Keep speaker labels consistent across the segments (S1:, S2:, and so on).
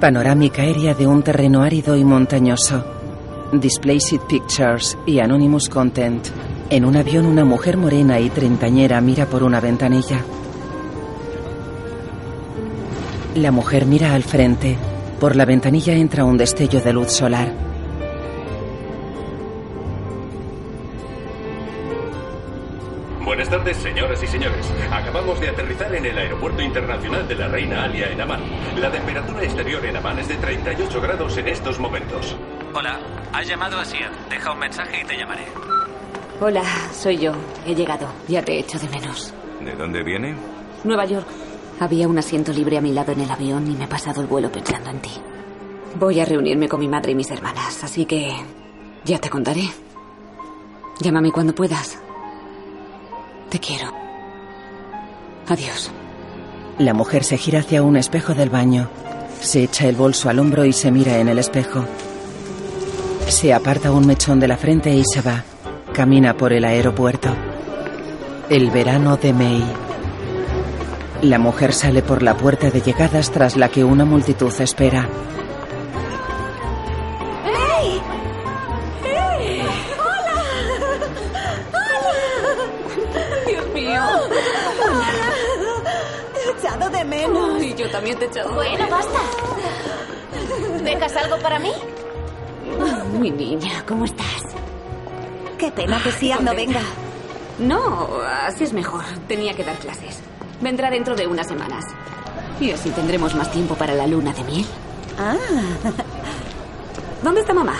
S1: Panorámica aérea de un terreno árido y montañoso. Displayed Pictures y Anonymous Content. En un avión una mujer morena y treintañera mira por una ventanilla. La mujer mira al frente. Por la ventanilla entra un destello de luz solar.
S2: Buenas tardes, señoras y señores. Acabamos de aterrizar en el Aeropuerto Internacional de la Reina Alia en Amán. La temperatura exterior en Amán es de 38 grados en estos momentos.
S3: Hola, has llamado a Sian. Deja un mensaje y te llamaré.
S4: Hola, soy yo. He llegado. Ya te echo de menos.
S2: ¿De dónde viene?
S4: Nueva York. Había un asiento libre a mi lado en el avión y me he pasado el vuelo pensando en ti. Voy a reunirme con mi madre y mis hermanas, así que ya te contaré. Llámame cuando puedas. Te quiero. Adiós.
S1: La mujer se gira hacia un espejo del baño. Se echa el bolso al hombro y se mira en el espejo. Se aparta un mechón de la frente y se va. Camina por el aeropuerto. El verano de May. La mujer sale por la puerta de llegadas tras la que una multitud espera.
S5: ¡Ey! ¡Ey! ¡Hola! ¡Hola!
S4: Dios mío.
S5: ¡Hola! Te he echado de menos.
S4: Y yo también te he echado de
S6: Bueno,
S4: menos.
S6: basta. ¿Dejas algo para mí?
S4: Mi Ah, niña, ¿cómo estás?
S5: Qué pena que Sian no venga.
S4: No, así es mejor. Tenía que dar clases. Vendrá dentro de unas semanas. Y así tendremos más tiempo para la luna de miel.
S5: Ah,
S4: ¿Dónde está mamá?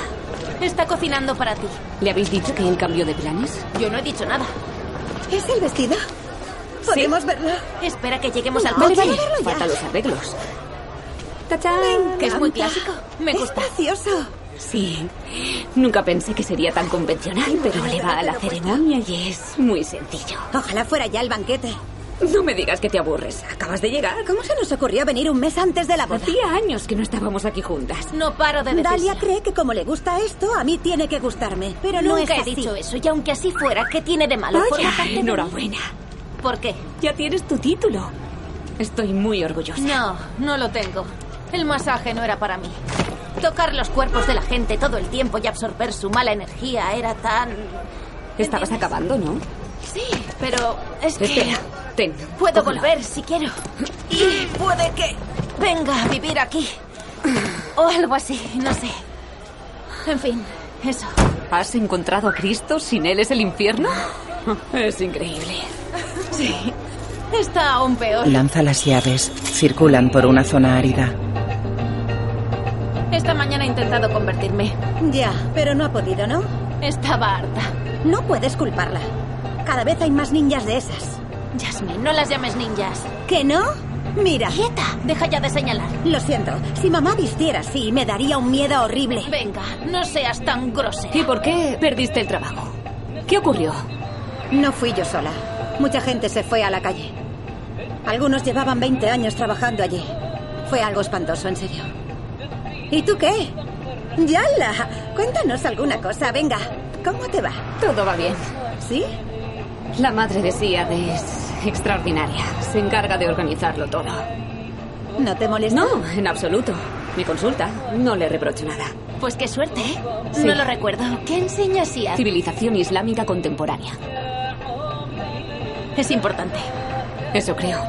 S6: Está cocinando para ti.
S4: ¿Le habéis dicho que él cambió de planes?
S6: Yo no he dicho nada.
S5: ¿es el vestido? ¿Podemos verlo?
S6: Espera que lleguemos al
S4: Vale,
S6: coche.
S4: vale.
S5: ya.
S4: Mm, Faltan los arreglos. ¡Tachán!
S6: Que es muy
S5: Canta.
S6: clásico. Me
S5: es
S6: gusta.
S5: precioso.
S4: Sí. Nunca pensé que sería tan convencional, pero le va a la ceremonia y es muy sencillo.
S5: Ojalá fuera ya el banquete.
S4: No me digas que te aburres. Acabas de llegar.
S5: ¿Cómo se nos ocurrió venir un mes antes de la boda?
S4: Hacía años que no estábamos aquí juntas.
S6: No paro de decirlo.
S5: Dalia cree que como le gusta esto, a mí tiene que gustarme. Pero no
S6: Nunca
S5: es
S6: he
S5: así.
S6: dicho eso. Y aunque así fuera, ¿qué tiene de malo? Forma parte de
S4: Vaya,
S6: mí.
S4: enhorabuena.
S6: ¿Por qué?
S4: Ya tienes tu título. Estoy muy orgullosa.
S6: No, no lo tengo. El masaje no era para mí. Tocar los cuerpos de la gente todo el tiempo y absorber su mala energía era tan...
S4: Estabas acabando, ¿no?
S6: Sí, pero es que...
S4: Espera, ten.
S6: Puedo
S4: cógelo.
S6: volver si quiero. Y puede que venga a vivir aquí. O algo así, no sé. En fin, eso.
S4: ¿Has encontrado a Cristo? ¿Sin él es el infierno? Es increíble.
S6: Sí. Está aún peor.
S1: Lanza las llaves. Circulan por una zona árida.
S6: Esta mañana he intentado convertirme.
S5: Ya, pero no ha podido, ¿no?
S6: Estaba harta.
S5: No puedes culparla. Cada vez hay más ninjas de esas.
S6: Jasmine, no las llames ninjas.
S5: ¿Que no? Mira,
S6: Quieta, deja ya de señalar.
S5: lo siento. Si mamá vistiera así, me daría un miedo horrible.
S6: Venga, no seas tan grosera.
S4: ¿Y por qué perdiste el trabajo? ¿Qué ocurrió?
S5: No fui yo sola. Mucha gente se fue a la calle. Algunos llevaban 20 años trabajando allí. Fue algo espantoso, en serio. ¿Y tú qué? Yala, cuéntanos alguna cosa, venga. ¿Cómo te va?
S4: Todo va bien.
S5: ¿Sí?
S4: La madre de Siad es extraordinaria. Se encarga de organizarlo todo.
S5: ¿No te molesta?
S4: No, en absoluto. Me consulta. No le reprocho nada.
S6: Pues qué suerte, ¿eh?
S4: Sí.
S6: No lo recuerdo. ¿Qué enseña Sia?
S4: Civilización islámica contemporánea.
S6: Es importante.
S4: Eso creo.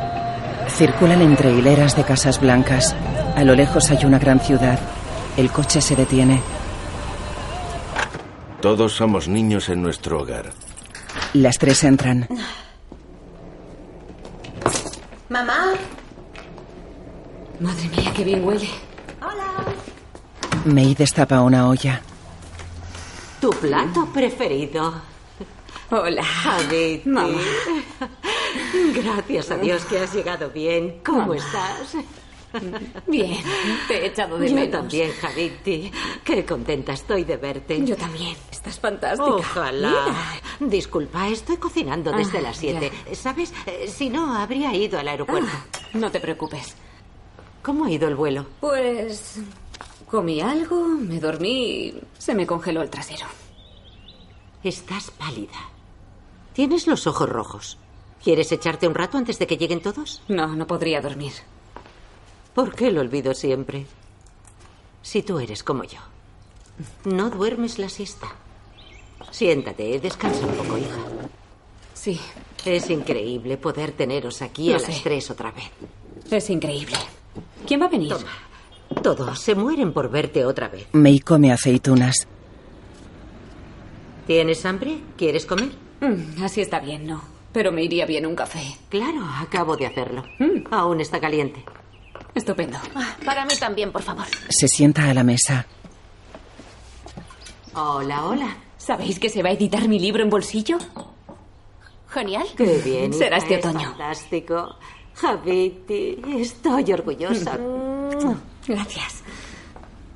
S1: Circulan entre hileras de casas blancas. A lo lejos hay una gran ciudad. El coche se detiene.
S2: Todos somos niños en nuestro hogar.
S1: Las tres entran.
S5: Mamá.
S4: Madre mía, qué bien huele.
S5: Hola.
S1: May destapa una olla.
S7: Tu plato preferido.
S4: Hola.
S7: Aditi.
S4: Mamá.
S7: Gracias a Dios que has llegado bien. ¿Cómo estás?
S4: Bien. Te he echado de
S7: Yo
S4: menos.
S7: también, Javiti. Qué contenta estoy de verte.
S4: Yo también. Estás fantástica.
S7: Ojalá. Disculpa, estoy cocinando desde
S4: Ah,
S7: las 7. ¿Sabes? Eh, Si no, habría ido al aeropuerto.
S4: Ah, no te preocupes.
S7: ¿Cómo ha ido el vuelo?
S4: Pues comí algo, me dormí, y se me congeló el trasero.
S7: Estás pálida. Tienes los ojos rojos. ¿Quieres echarte un rato antes de que lleguen todos?
S4: No, no podría dormir.
S7: ¿Por qué lo olvido siempre? Si tú eres como yo, no duermes la siesta. Siéntate, descansa un poco, hija.
S4: Sí,
S7: Es increíble poder teneros aquí a
S4: Lo
S7: las
S4: sé.
S7: tres otra vez.
S4: es increíble. ¿Quién va a venir?
S7: Toma. Todos se mueren por verte otra vez.
S1: May come aceitunas.
S7: ¿Tienes hambre? ¿Quieres comer?
S4: Mm, así está bien, ¿no? Pero me iría bien un café. Mm.
S7: Claro, acabo de hacerlo. Aún está caliente.
S4: Estupendo.
S6: Para mí también, por favor.
S1: Se sienta a la mesa.
S7: Hola, hola.
S4: ¿Sabéis que se va a editar mi libro en bolsillo?
S6: Genial.
S7: Qué bien. hija,
S4: Será este
S7: es
S4: otoño.
S7: Fantástico. Javiti, estoy
S5: Mm.
S7: orgullosa.
S4: Mm. Gracias.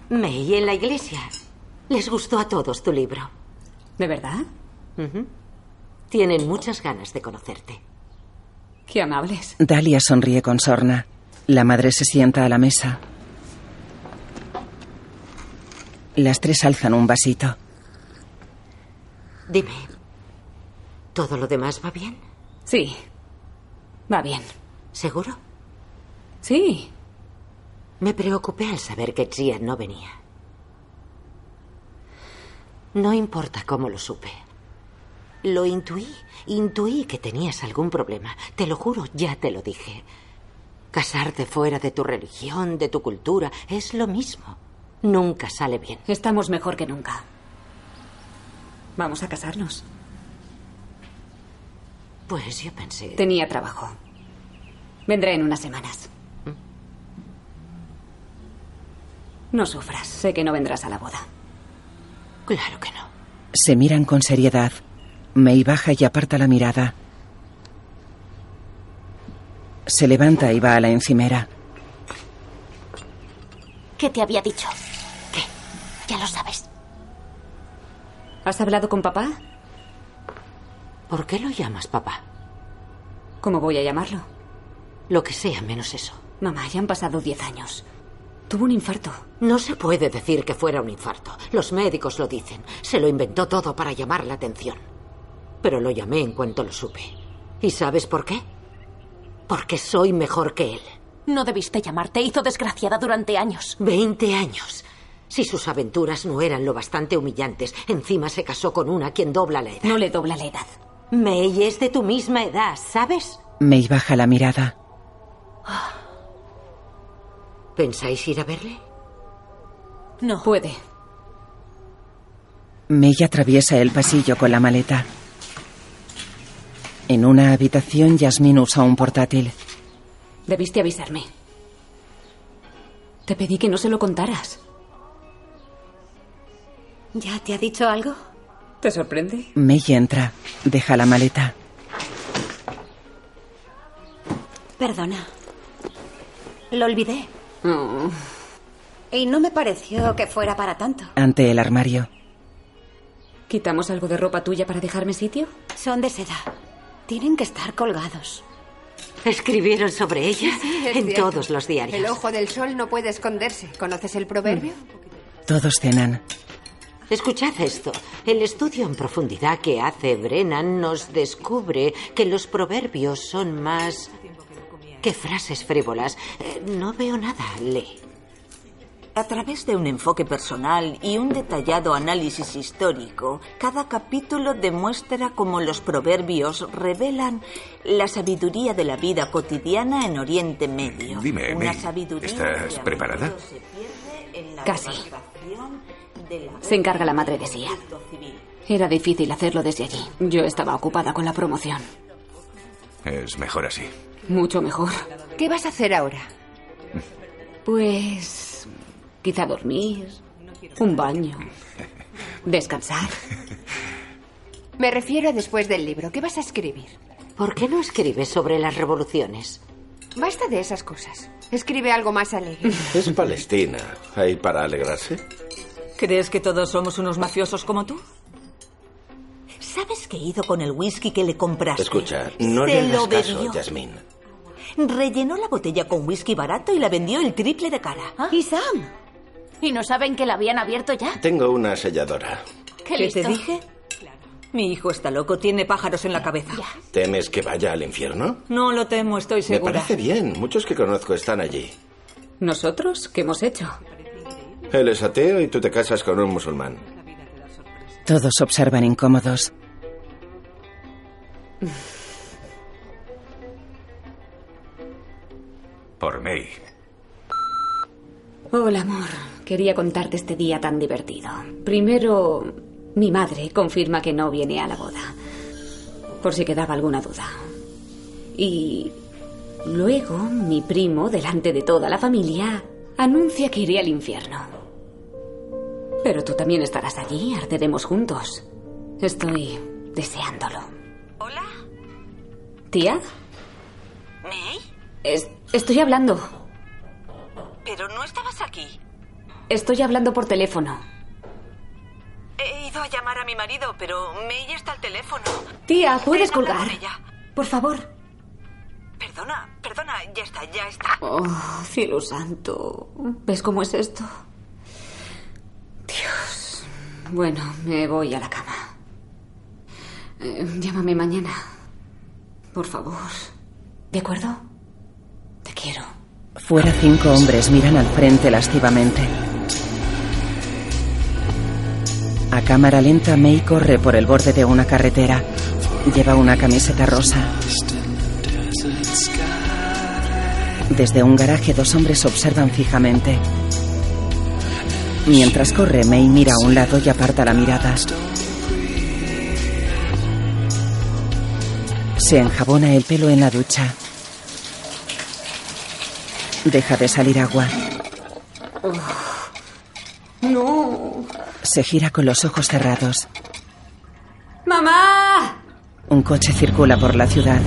S7: May, en la iglesia. Les gustó a todos tu libro.
S4: ¿De verdad?
S7: Tienen muchas ganas de conocerte.
S4: Qué amables.
S1: Dalia sonríe con sorna. La madre se sienta a la mesa. Las tres alzan un vasito.
S7: Dime, ¿todo lo demás va bien?
S4: Sí. Va bien.
S7: ¿Seguro?
S4: Sí.
S7: Me preocupé al saber que Gia no venía. No importa cómo lo supe. Lo intuí, intuí que tenías algún problema. Te lo juro, ya te lo dije. Casarte fuera de tu religión, de tu cultura, es lo mismo. Nunca sale bien.
S4: Estamos mejor que nunca. Vamos a casarnos.
S7: Pues yo pensé.
S4: Tenía trabajo. Vendré en unas semanas. No sufras. Sé que no vendrás a la boda.
S7: Claro que no.
S1: Se miran con seriedad. May baja y aparta la mirada. Se levanta y va a la encimera.
S6: ¿Qué te había dicho? ¿Qué? Ya lo sabes.
S4: ¿Has hablado con papá?
S7: ¿Por qué lo llamas papá?
S4: ¿Cómo voy a llamarlo?
S7: Lo que sea menos eso.
S4: Mamá, ya han pasado 10 años. Tuvo un infarto.
S7: No se puede decir que fuera un infarto. Los médicos lo dicen. Se lo inventó todo para llamar la atención. Pero lo llamé en cuanto lo supe. ¿Y sabes por qué? Porque soy mejor que él.
S6: No debiste llamarte. Hizo desgraciada durante años.
S7: Veinte años. Si sus aventuras no eran lo bastante humillantes, encima se casó con una quien dobla la edad.
S4: No le dobla la edad.
S7: May es de tu misma edad, ¿sabes?
S1: May baja la mirada.
S7: ¿Pensáis ir a verle?
S6: No.
S4: Puede.
S1: May atraviesa el pasillo con la maleta. En una habitación, Yasmin usa un portátil.
S4: Debiste avisarme. Te pedí que no se lo contaras.
S5: ¿Ya te ha dicho algo?
S4: ¿Te sorprende?
S1: May entra. Deja la maleta.
S5: Perdona. Lo olvidé. Mm. Y no me pareció que fuera para tanto.
S1: Ante el armario.
S4: ¿Quitamos algo de ropa tuya para dejarme sitio?
S5: Son de seda. Tienen que estar colgados.
S7: Escribieron sobre ella en todos los diarios.
S8: El ojo del sol no puede esconderse. ¿Conoces el proverbio?
S1: Todos cenan.
S7: Mm. Escuchad esto. El estudio en profundidad que hace Brennan nos descubre que los proverbios son más que frases frívolas. Eh, no veo nada, Lee.
S9: A través de un enfoque personal y un detallado análisis histórico, cada capítulo demuestra cómo los proverbios revelan la sabiduría de la vida cotidiana en Oriente Medio.
S10: Dime,
S9: Una
S10: May, ¿estás
S9: que a
S10: preparada?
S9: menudo se pierde en la
S4: Casi.
S9: devastación de la-
S4: Se encarga la madre de Sia. Era difícil hacerlo desde allí. Yo estaba ocupada con la promoción.
S10: Es mejor así.
S4: Mucho mejor.
S8: ¿Qué vas a hacer ahora?
S4: Pues... Quizá dormir. Un baño. Descansar.
S8: Me refiero a después Pues del libro. ¿Qué vas a escribir?
S7: ¿Por qué no escribes sobre las revoluciones?
S8: Basta de esas cosas. Escribe algo más alegre.
S11: Es Palestina. ¿Hay para alegrarse?
S9: ¿Crees que todos somos unos mafiosos como tú?
S6: ¿Sabes
S9: ¿Qué hizo con el whisky que le compraste?
S11: Escucha, no le
S9: Se lo
S11: hagas caso,
S9: bebió.
S11: Yasmín.
S9: Rellenó la botella con whisky barato y la vendió el triple de cara.
S5: ¿Y Sam?
S6: Ah. ¿Y no saben que la habían abierto ya?
S11: Tengo una selladora.
S6: Qué,
S9: ¿Qué
S6: listo.
S9: te dije? Mi hijo está loco, tiene pájaros en la cabeza.
S11: ¿Temes que vaya al infierno?
S9: No lo temo, estoy
S11: Me
S9: segura.
S11: parece bien. Muchos que conozco están allí.
S4: ¿Nosotros qué hemos hecho?
S12: Él es ateo y tú te casas con un musulmán.
S1: Todos observan incómodos.
S13: Por May.
S4: Hola, amor. Quería contarte este día tan divertido. Primero, mi madre confirma que no viene a la boda, por si quedaba alguna duda. Y luego, mi primo, delante de toda la familia, anuncia que iré al infierno. Pero tú también estarás allí, arderemos juntos. Estoy deseándolo.
S6: Hola,
S4: ¿Tía?
S6: May.
S4: Es- estoy hablando.
S6: Pero no estabas aquí.
S4: Estoy hablando por teléfono.
S6: He ido a llamar a mi marido, pero May está al teléfono.
S4: Tía, ¿puedes
S6: Ven, habla
S4: colgar?
S6: con ella.
S4: Por favor.
S6: Perdona, perdona, ya está, ya está.
S4: Oh, cielo santo. ¿Ves cómo es esto? Dios. Bueno, me voy a la cama. Eh, llámame mañana. Por favor. ¿De acuerdo? Te quiero.
S1: Fuera cinco hombres miran al frente lascivamente. A cámara lenta, May corre por el borde de una carretera. Lleva una camiseta rosa. Desde un garaje dos hombres observan fijamente. Mientras corre, May mira a un lado y aparta la mirada. Se enjabona el pelo en la ducha. Deja de salir agua.
S4: No.
S1: Se gira con los ojos cerrados.
S4: ¡Mamá!
S1: Un coche circula por la ciudad.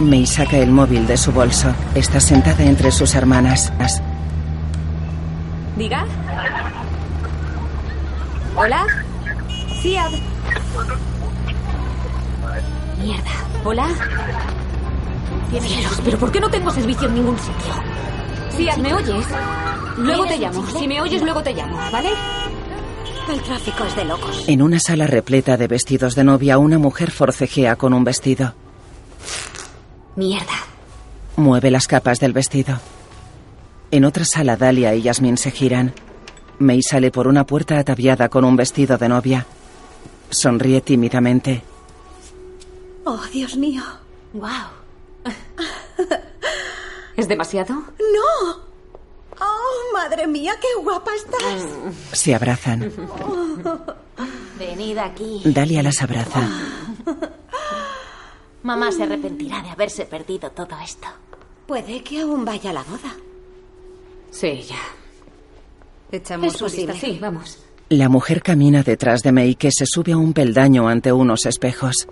S1: May saca el móvil de su bolso. Está sentada entre sus hermanas.
S4: ¿Diga? ¿Hola? Sí, Ad. Mierda. ¿Hola? Cielos, pero ¿por qué no tengo servicio en ningún sitio? Sí, Ad, ¿me oyes? Luego te llamo. Si me oyes, luego te llamo, ¿vale?
S5: El tráfico es de locos.
S1: En una sala repleta de vestidos de novia, una mujer forcejea con un vestido.
S4: Mierda.
S1: Mueve las capas del vestido. En otra sala, Dalia y Yasmin se giran. May sale por una puerta ataviada con un vestido de novia. Sonríe tímidamente.
S5: Oh, Dios mío.
S4: Wow. ¿Es demasiado?
S5: ¡No! ¡Oh, madre mía, qué guapa estás!
S1: Se abrazan.
S6: Mm. Venid aquí.
S1: Dalia las abraza.
S6: Mamá se arrepentirá de haberse perdido todo esto.
S5: Puede que aún vaya a la boda.
S4: Sí, ya.
S5: Echamos
S4: es
S5: un
S4: posible.
S5: vistazo.
S4: Sí, vamos.
S1: La mujer camina detrás de May que se sube a un peldaño ante unos espejos.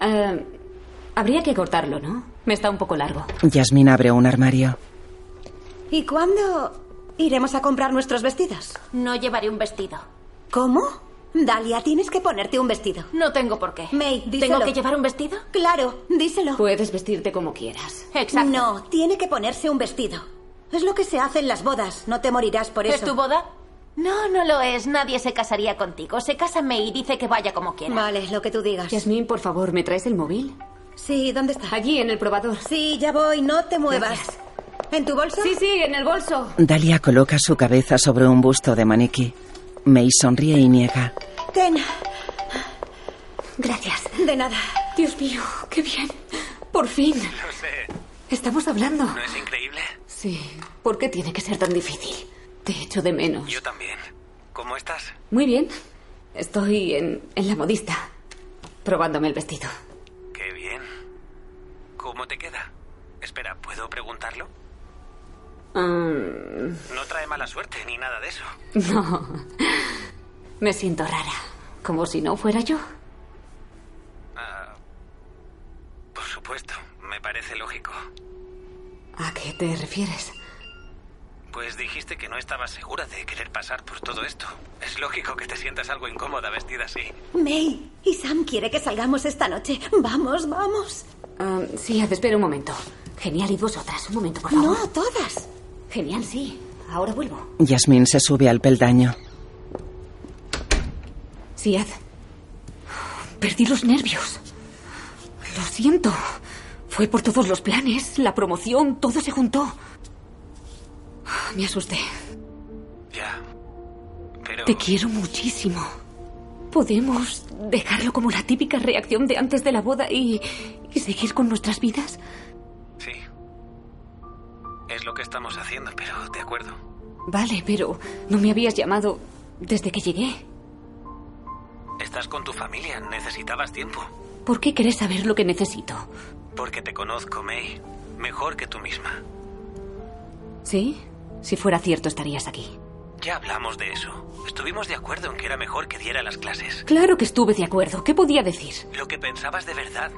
S4: Eh, habría que cortarlo, ¿no? Me está un poco largo.
S1: Yasmin abre un armario.
S5: ¿Y cuándo iremos a comprar nuestros vestidos?
S6: No llevaré un vestido.
S5: ¿Cómo? Dalia, tienes que ponerte un vestido.
S6: No tengo por qué.
S5: May, díselo.
S6: ¿Tengo que llevar un vestido?
S5: Claro, díselo.
S4: Puedes vestirte como quieras.
S6: Exacto.
S5: No, tiene que ponerse un vestido. Es lo que se hace en las bodas. No te morirás por eso.
S6: ¿Es tu boda? No, no lo es. Nadie se casaría contigo. Se casa May y dice que vaya como quiera.
S5: Vale, lo que tú digas.
S4: Yasmín, por favor, ¿me traes el móvil?
S5: Sí, ¿dónde está?
S4: Allí, en el probador.
S5: Sí, ya voy. No te muevas. ¿En tu bolso?
S4: Sí, sí, en el bolso.
S1: Dalia coloca su cabeza sobre un busto de maniquí. May sonríe y niega.
S5: Ten.
S4: Gracias.
S5: De nada.
S4: Dios mío, qué bien. Por fin.
S3: No sé,
S4: Estamos hablando.
S3: ¿no es increíble?
S4: Sí. ¿Por qué tiene que ser tan difícil? Te echo de menos.
S3: Yo también. ¿Cómo estás?
S4: Muy bien. Estoy en, en la modista, probándome el vestido.
S3: Qué bien. ¿Cómo te queda? Espera, ¿puedo preguntarlo?
S4: Mm,
S3: No trae mala suerte ni nada de eso.
S4: no. Me siento rara. Como si no fuera yo.
S3: Ah, por supuesto, me parece lógico.
S4: ¿A qué te refieres?
S3: Pues dijiste que no estabas segura de querer pasar por todo esto. Es lógico que te sientas algo incómoda vestida así.
S5: May, y Sam quiere que salgamos esta noche. Vamos, vamos.
S4: Ah, sí, Ad, espera un momento. Genial, y vosotras, un momento, por favor.
S5: No, todas.
S4: Genial, sí. Ahora vuelvo.
S1: Yasmin se sube al peldaño.
S4: Sí, Ed. Perdí los nervios. Lo siento. Fue por todos los planes, la promoción, todo se juntó. Me asusté.
S3: Ya. Pero...
S4: Te quiero muchísimo. ¿Podemos dejarlo como la típica reacción de antes de la boda y, y seguir con nuestras vidas?
S3: Sí. Es lo que estamos haciendo, pero de acuerdo.
S4: Vale, pero no me habías llamado desde que llegué.
S3: Estás con tu familia, necesitabas tiempo.
S4: ¿Por qué querés saber lo que necesito?
S3: Porque te conozco, May, mejor que tú misma.
S4: ¿Sí? Si fuera cierto, estarías aquí.
S3: Ya hablamos de eso. Estuvimos de acuerdo en que era mejor que diera las clases.
S4: Claro que estuve de acuerdo. ¿Qué podía decir?
S3: Lo que pensabas de verdad.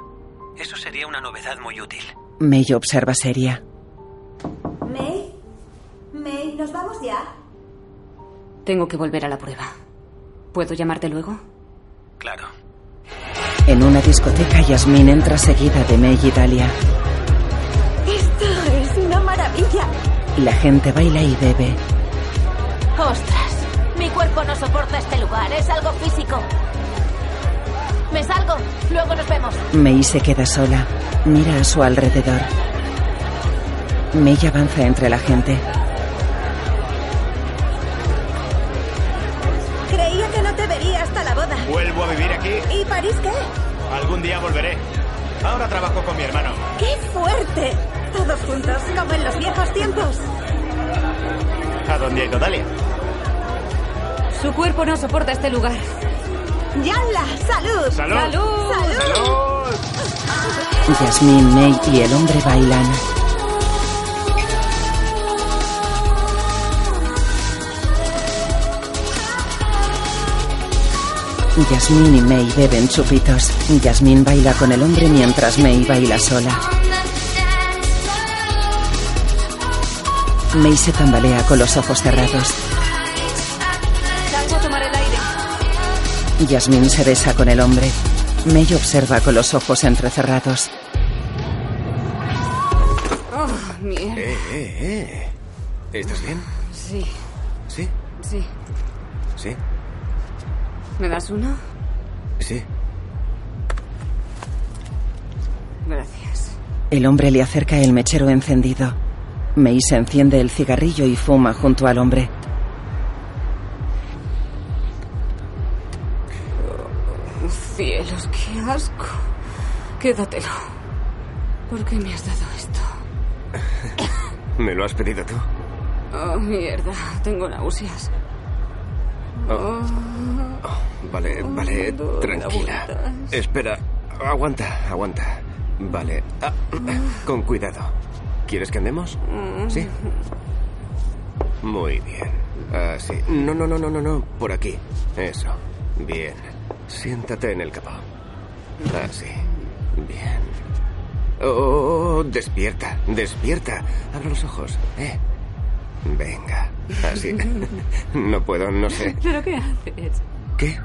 S3: Eso sería una novedad muy útil.
S1: May observa seria.
S5: May, May, ¿nos vamos ya?
S4: Tengo que volver a la prueba. ¿Puedo llamarte luego?
S3: Claro.
S1: En una discoteca, Yasmin entra seguida de May Italia.
S6: Esto es una maravilla.
S1: La gente baila y bebe.
S6: Ostras, mi cuerpo no soporta este lugar, es algo físico. Me salgo, luego nos vemos.
S1: May se queda sola. Mira a su alrededor. May avanza entre la gente.
S5: Creía que no te vería hasta la boda.
S14: Vuelvo a vivir aquí.
S5: ¿Y París qué?
S14: Algún día volveré. Ahora trabajo con mi hermano.
S5: ¡Qué fuerte! Todos juntos, como en los viejos tiempos.
S14: ¿A dónde ha ido Dalia?
S4: Su cuerpo no soporta este lugar.
S5: ¡Yala! ¡Salud!
S14: ¡Salud!
S5: ¡Salud!
S1: Yasmin, May y el hombre bailan. Yasmin y May beben chupitos. Yasmin baila con el hombre mientras May baila sola. May se tambalea con los ojos cerrados.
S4: Salgo a tomar el aire.
S1: Yasmin se besa con el hombre. May observa con los ojos entrecerrados.
S4: Oh, mierda.
S13: Eh, eh, eh. ¿Estás bien?
S4: Sí,
S13: ¿Sí?
S4: sí.
S13: ¿Sí?
S4: ¿Me das uno?
S13: ¿Sí?
S4: Gracias.
S1: El hombre le acerca el mechero encendido. May se enciende el cigarrillo y fuma junto al hombre.
S4: Cielos, qué asco. Quédatelo. ¿Por qué me has dado esto?
S13: ¿Me lo has pedido tú?
S4: Oh, mierda. Tengo náuseas.
S13: Oh, vale, vale, tranquila. Espera, aguanta, aguanta. Vale, ah, con cuidado. ¿Quieres que andemos?
S5: Mm.
S13: ¿Sí? Muy bien. Así. No, no, no, no, no, no. Por aquí. Eso. Bien. Siéntate en el capó. Así. Bien. Oh, oh, oh, despierta, despierta. Abre los ojos. Eh. Venga. Así. No puedo, no sé.
S4: ¿Pero qué haces?
S13: ¿Qué?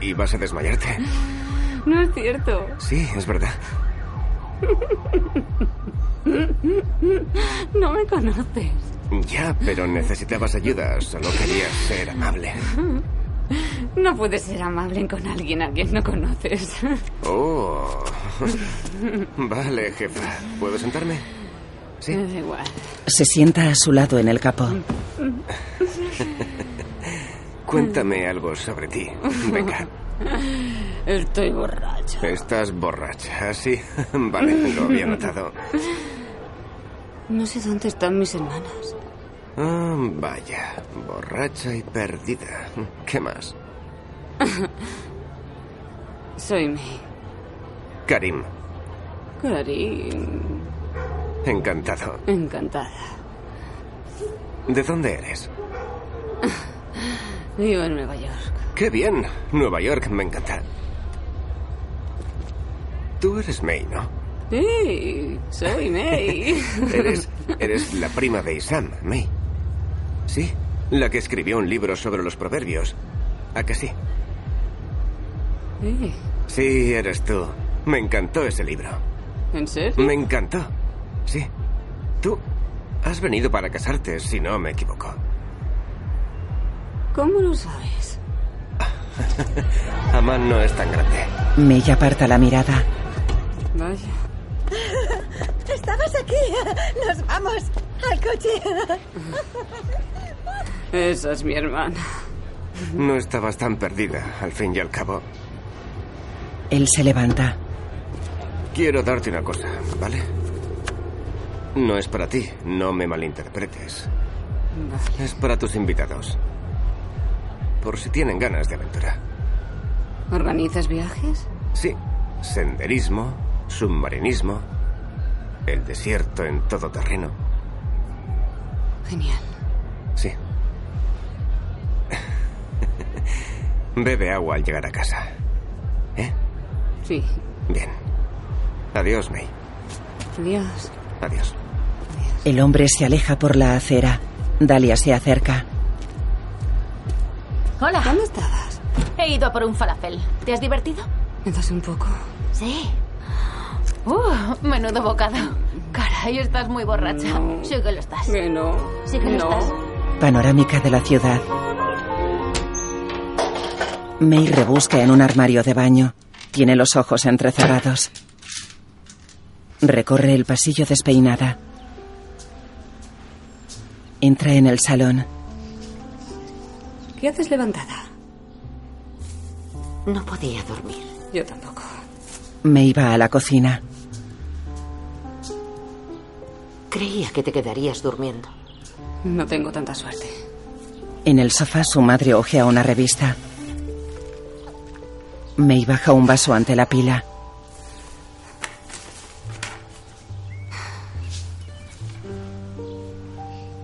S13: ¿Y vas a desmayarte?
S4: No es cierto.
S13: Sí, es verdad.
S4: No me conoces.
S13: Ya, pero necesitabas ayuda. Solo quería ser amable.
S4: No puedes ser amable con alguien a quien no conoces.
S13: Oh. Vale, jefa. ¿Puedo sentarme? Sí.
S4: Me da igual.
S1: Se sienta a su lado en el capó.
S13: Cuéntame algo sobre ti. Venga.
S4: Estoy borracha.
S13: Estás borracha, Ah, sí. Vale, lo había notado.
S4: No sé dónde están mis hermanas.
S13: Ah, vaya, borracha y perdida. ¿Qué más?
S4: Soy May.
S13: Karim,
S4: Karim.
S13: encantado.
S4: Encantada.
S13: ¿De dónde eres?
S4: Vivo en Nueva York.
S13: Qué bien, Nueva York, me encanta. Tú eres May, ¿no?
S4: Sí, soy May.
S13: Eres, eres la prima de Isam, May. ¿Sí? La que escribió un libro sobre los proverbios. ¿A que sí?
S4: Sí,
S13: Sí, eres tú. Me encantó ese libro.
S4: ¿En serio?
S13: Me encantó. Sí. Tú has venido para casarte, si no me equivoco.
S4: ¿Cómo lo sabes?
S13: Amán no es tan grande.
S1: May aparta la mirada.
S4: Vaya.
S5: estabas aquí. Nos vamos al coche.
S4: Esa es mi hermana.
S13: No estabas tan perdida, al fin y al cabo.
S1: Él se levanta.
S13: Quiero darte una cosa, ¿vale? No es para ti, no me malinterpretes. Es para tus invitados. Por si tienen ganas de aventura.
S4: ¿Organizas viajes?
S13: Sí, senderismo, submarinismo, el desierto en todo terreno.
S4: Genial.
S13: Sí. Bebe agua al llegar a casa.
S4: Sí.
S13: Bien. Adiós, May.
S4: Dios.
S13: Adiós.
S1: El hombre se aleja por la acera. Dalia se acerca.
S6: Hola. ¿Dónde estabas? He ido a por un falafel. ¿Te has divertido?
S4: Estás un poco.
S6: Sí. Uh, menudo bocado. Caray, estás muy borracha. Sí que lo estás.
S4: Que no.
S6: Sí que lo
S4: No.
S6: estás.
S1: Panorámica de la ciudad. May rebusca en un armario de baño. Tiene los ojos entrecerrados. Recorre el pasillo despeinada. Entra en el salón.
S4: ¿Qué haces levantada?
S7: No podía dormir.
S4: Yo tampoco.
S1: May va a la cocina.
S7: Creía que te quedarías durmiendo.
S4: No tengo tanta suerte.
S1: En el sofá su madre ojea una revista. May baja un vaso ante la pila.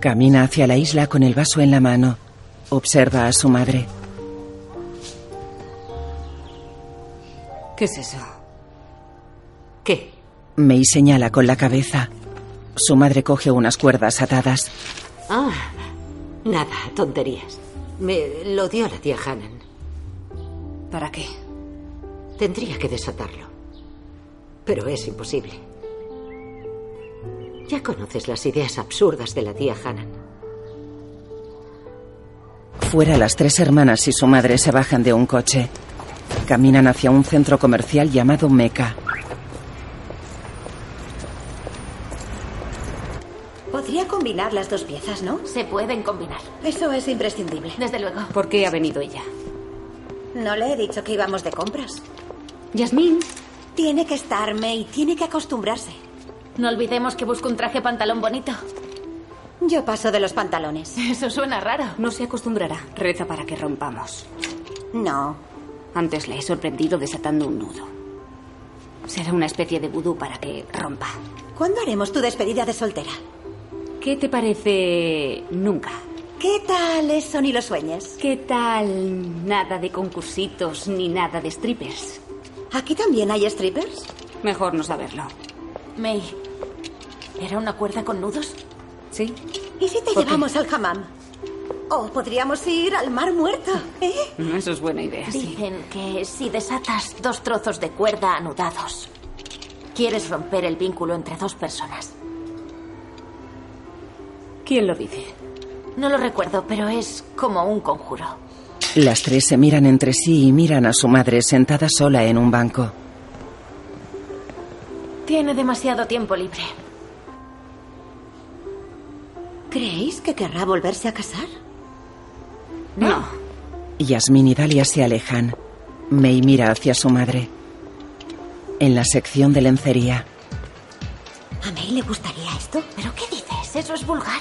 S1: Camina hacia la isla con el vaso en la mano. Observa a su madre.
S4: ¿Qué es eso?
S1: May señala con la cabeza. Su madre coge unas cuerdas atadas.
S7: Ah, nada, tonterías. Me lo dio la tía Hannan.
S4: ¿Para qué?
S7: Tendría que desatarlo. Pero es imposible. Ya conoces las ideas absurdas de la tía Hannan.
S1: Fuera las tres hermanas y su madre se bajan de un coche. Caminan hacia un centro comercial llamado Meca.
S5: Podría combinar las dos piezas, ¿no?
S6: Se pueden combinar.
S5: Eso es imprescindible.
S6: Desde luego.
S4: ¿Por qué ha venido ella?
S5: No le he dicho que íbamos de compras.
S4: Yasmín.
S5: Tiene que estar, May. Tiene que acostumbrarse.
S6: No olvidemos que busco un traje pantalón bonito.
S5: Yo paso de los pantalones.
S6: Eso suena raro.
S4: No se acostumbrará. Reza para que rompamos.
S5: No.
S4: Antes le he sorprendido desatando un nudo. Será una especie de vudú para que rompa.
S5: ¿Cuándo haremos tu despedida de soltera?
S4: ¿Qué te parece nunca?
S5: ¿Qué tal eso ni lo sueñes?
S4: ¿Qué tal nada de concursitos ni nada de strippers?
S5: ¿Aquí también hay strippers?
S4: Mejor no saberlo.
S6: May, ¿era una cuerda con nudos?
S4: Sí.
S5: ¿Y si te
S4: ¿Por qué?
S5: llevamos al hammam? O podríamos ir al mar muerto, ¿eh?
S4: Eso es buena idea.
S6: Dicen que si desatas dos trozos de cuerda anudados, quieres romper el vínculo entre dos personas.
S4: ¿Quién lo dice?
S6: No lo recuerdo, pero es como un conjuro.
S1: Las tres se miran entre sí y miran a su madre sentada sola en un banco.
S6: Tiene demasiado tiempo libre.
S5: ¿Creéis que querrá volverse a casar?
S4: No.
S1: Yasmín y Dalia se alejan. May mira hacia su madre. En la sección de lencería,
S5: ¿A May le gustaría esto? ¿Pero qué dices?
S6: Eso es vulgar.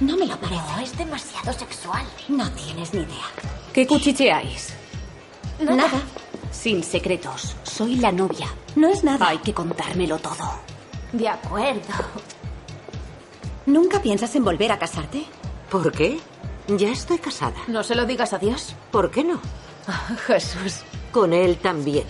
S5: No me lo parece.
S6: No, es demasiado sexual.
S5: No tienes ni idea.
S4: ¿Qué cuchicheáis?
S6: Nada.
S4: Sin secretos. Soy la novia.
S5: No es nada.
S4: Hay que contármelo todo.
S6: De acuerdo.
S5: ¿Nunca piensas en volver a casarte?
S7: ¿Por qué? Ya estoy casada.
S6: No se lo digas a Dios. Ah,
S7: ¿Por qué no?
S6: Jesús.
S7: Con él también.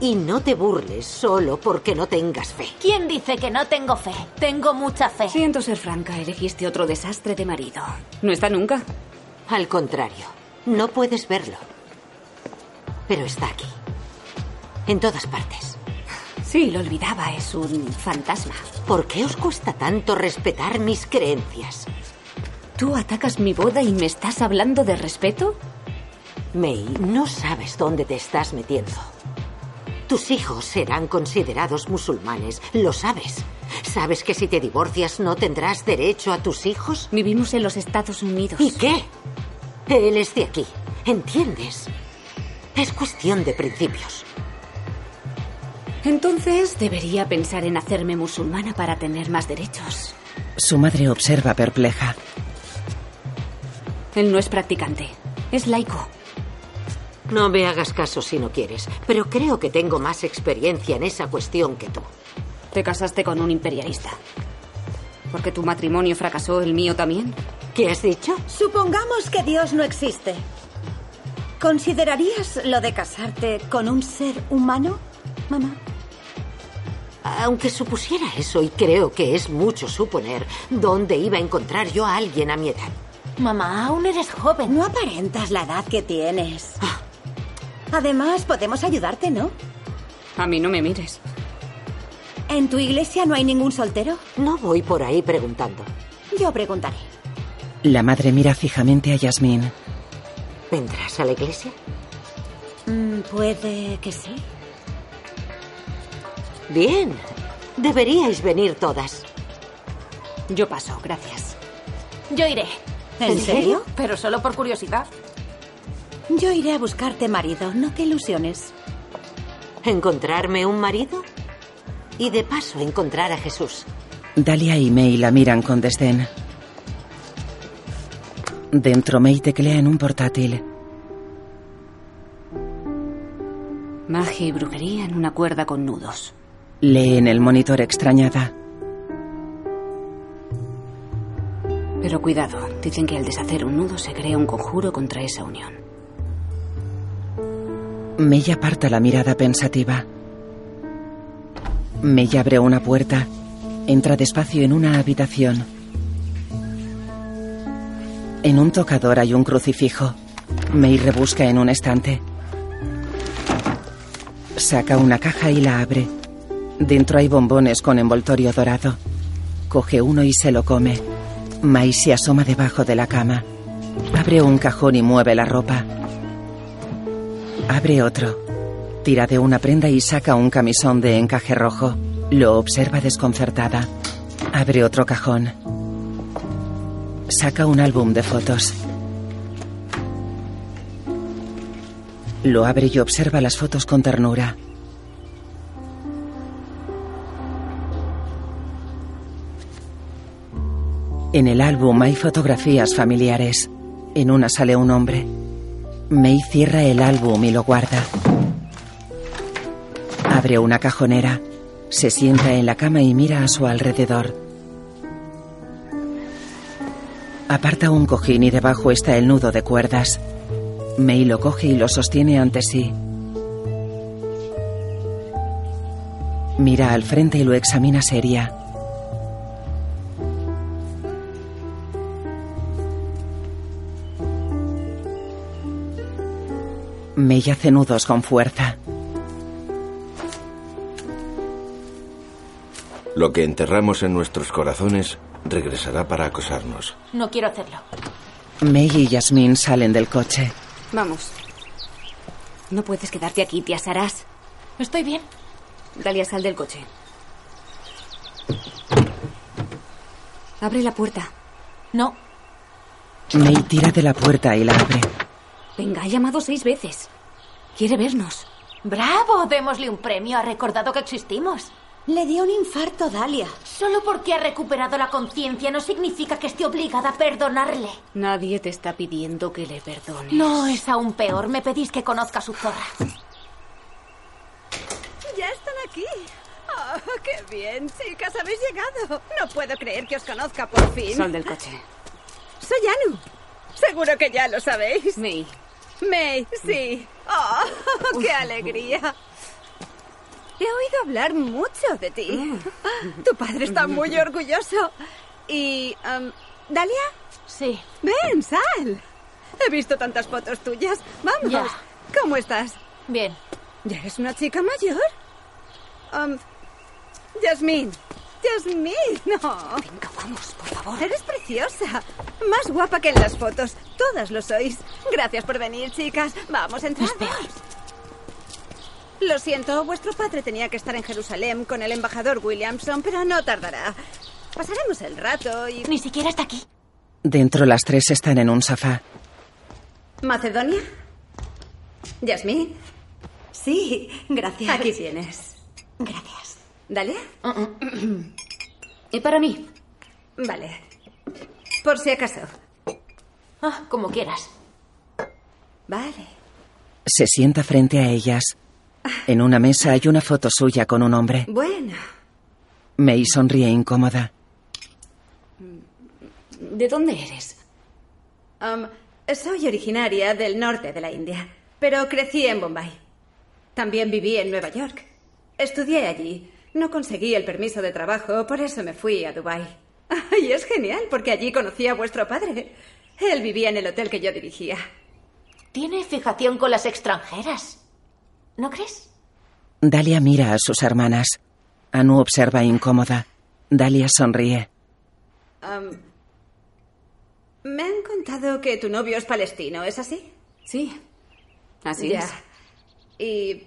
S7: Y no te burles solo porque no tengas fe.
S6: ¿Quién dice que no tengo fe? Tengo mucha fe.
S4: Siento ser franca, elegiste otro desastre de marido. No está nunca.
S7: Al contrario, no puedes verlo. Pero está aquí. En todas partes.
S4: Sí, lo olvidaba, es un fantasma.
S7: ¿Por qué os cuesta tanto respetar mis creencias?
S4: ¿Tú atacas mi boda y me estás hablando de respeto?
S7: May, no sabes dónde te estás metiendo. Tus hijos serán considerados musulmanes, lo sabes. ¿Sabes que si te divorcias no tendrás derecho a tus hijos?
S4: Vivimos en los Estados Unidos.
S7: ¿Y qué? Él es de aquí, ¿entiendes? Es cuestión de principios.
S4: Entonces debería pensar en hacerme musulmana para tener más derechos.
S1: Su madre observa perpleja.
S4: Él no es practicante, es laico.
S7: No me hagas caso si no quieres, pero creo que tengo más experiencia en esa cuestión que tú.
S4: Te casaste con un imperialista. Porque tu matrimonio fracasó, el mío también.
S7: ¿Qué has dicho?
S5: Supongamos que Dios no existe. ¿Considerarías lo de casarte con un ser humano, mamá?
S7: Aunque supusiera eso, y creo que es mucho suponer, ¿dónde iba a encontrar yo a alguien a mi edad?
S6: Mamá, aún eres joven.
S5: No aparentas la edad que tienes. Además, podemos ayudarte, ¿no?
S4: A mí no me mires.
S5: ¿En tu iglesia no hay ningún soltero?
S7: No voy por ahí preguntando.
S5: Yo preguntaré.
S1: La madre mira fijamente a Yasmín.
S7: ¿Vendrás a la iglesia?
S5: Mm, puede que sí.
S7: Bien. Deberíais venir todas.
S4: Yo paso, gracias.
S6: Yo iré.
S5: ¿En, ¿En serio? serio?
S6: Pero solo por curiosidad.
S5: Yo iré a buscarte marido, no te ilusiones.
S7: ¿Encontrarme un marido? Y de paso encontrar a Jesús.
S1: Dalia y May la miran con desdén. Dentro May teclea en un portátil.
S4: Magia y brujería en una cuerda con nudos.
S1: Lee en el monitor extrañada.
S4: Pero cuidado, dicen que al deshacer un nudo se crea un conjuro contra esa unión.
S1: May aparta la mirada pensativa. May abre una puerta. Entra despacio en una habitación. En un tocador hay un crucifijo. May rebusca en un estante. Saca una caja y la abre. Dentro hay bombones con envoltorio dorado. Coge uno y se lo come. May se asoma debajo de la cama. Abre un cajón y mueve la ropa. Abre otro. Tira de una prenda y saca un camisón de encaje rojo. Lo observa desconcertada. Abre otro cajón. Saca un álbum de fotos. Lo abre y observa las fotos con ternura. En el álbum hay fotografías familiares. En una sale un hombre. May cierra el álbum y lo guarda. Abre una cajonera. Se sienta en la cama y mira a su alrededor. Aparta un cojín y debajo está el nudo de cuerdas. May lo coge y lo sostiene ante sí. Mira al frente y lo examina seria. May hace nudos con fuerza.
S12: Lo que enterramos en nuestros corazones regresará para acosarnos.
S6: No quiero hacerlo.
S1: May y Yasmin salen del coche.
S4: Vamos. No puedes quedarte aquí, te asarás.
S6: Estoy bien.
S4: Dalia, sal del coche. Abre la puerta.
S6: No.
S1: May tira de la puerta y la abre.
S4: Venga, ha llamado seis veces. Quiere vernos.
S6: ¡Bravo! Démosle un premio. Ha recordado que existimos.
S5: Le dio un infarto, Dalia.
S6: Solo porque ha recuperado la conciencia no significa que esté obligada a perdonarle.
S4: Nadie te está pidiendo que le perdones.
S6: No, es aún peor. Me pedís que conozca a su zorra.
S8: Ya están aquí. Oh, qué bien, chicas, habéis llegado. No puedo creer que os conozca por fin.
S4: Sal del coche.
S8: Soy Anu. Seguro que ya lo sabéis.
S4: May.
S8: May, sí. Oh, qué alegría. He oído hablar mucho de ti. Tu padre está muy orgulloso. Y... Um, ¿Dalia?
S6: Sí.
S8: Ven, sal. He visto tantas fotos tuyas. Vamos.
S6: Ya.
S8: ¿Cómo estás?
S6: Bien.
S8: ¿Ya eres una chica mayor? Um, Yasmín. Yasmín, no.
S4: Venga, vamos, por favor.
S8: Eres preciosa. Más guapa que en las fotos. Todas lo sois. Gracias por venir, chicas. Vamos, entrad.
S6: Es peor.
S8: Lo siento, vuestro padre tenía que estar en Jerusalén con el embajador Williamson, pero no tardará. Pasaremos el rato y...
S6: Ni siquiera está aquí.
S1: Dentro las tres están en un sofá.
S5: ¿Macedonia?
S8: ¿Yasmín?
S5: Sí, gracias.
S8: Aquí tienes.
S5: Gracias.
S8: ¿Dalia? Uh-uh.
S6: ¿Y para mí?
S8: Vale. Por si acaso.
S6: Ah, como quieras.
S8: Vale.
S1: Se sienta frente a ellas. En una mesa hay una foto suya con un hombre.
S8: Bueno,
S1: May sonríe incómoda.
S6: ¿de dónde eres?
S8: um, soy originaria del norte de la India, pero crecí en Bombay. También viví en Nueva York. Estudié allí. No conseguí el permiso de trabajo, por eso me fui a Dubái. Y es genial, porque allí conocí a vuestro padre. Él vivía en el hotel que yo dirigía.
S6: Tiene fijación con las extranjeras. ¿No crees?
S1: Dalia mira a sus hermanas. Anu observa incómoda. Dalia sonríe.
S8: Am, me han contado que tu novio es palestino, ¿es así?
S4: Sí.
S8: Así es. ¿Y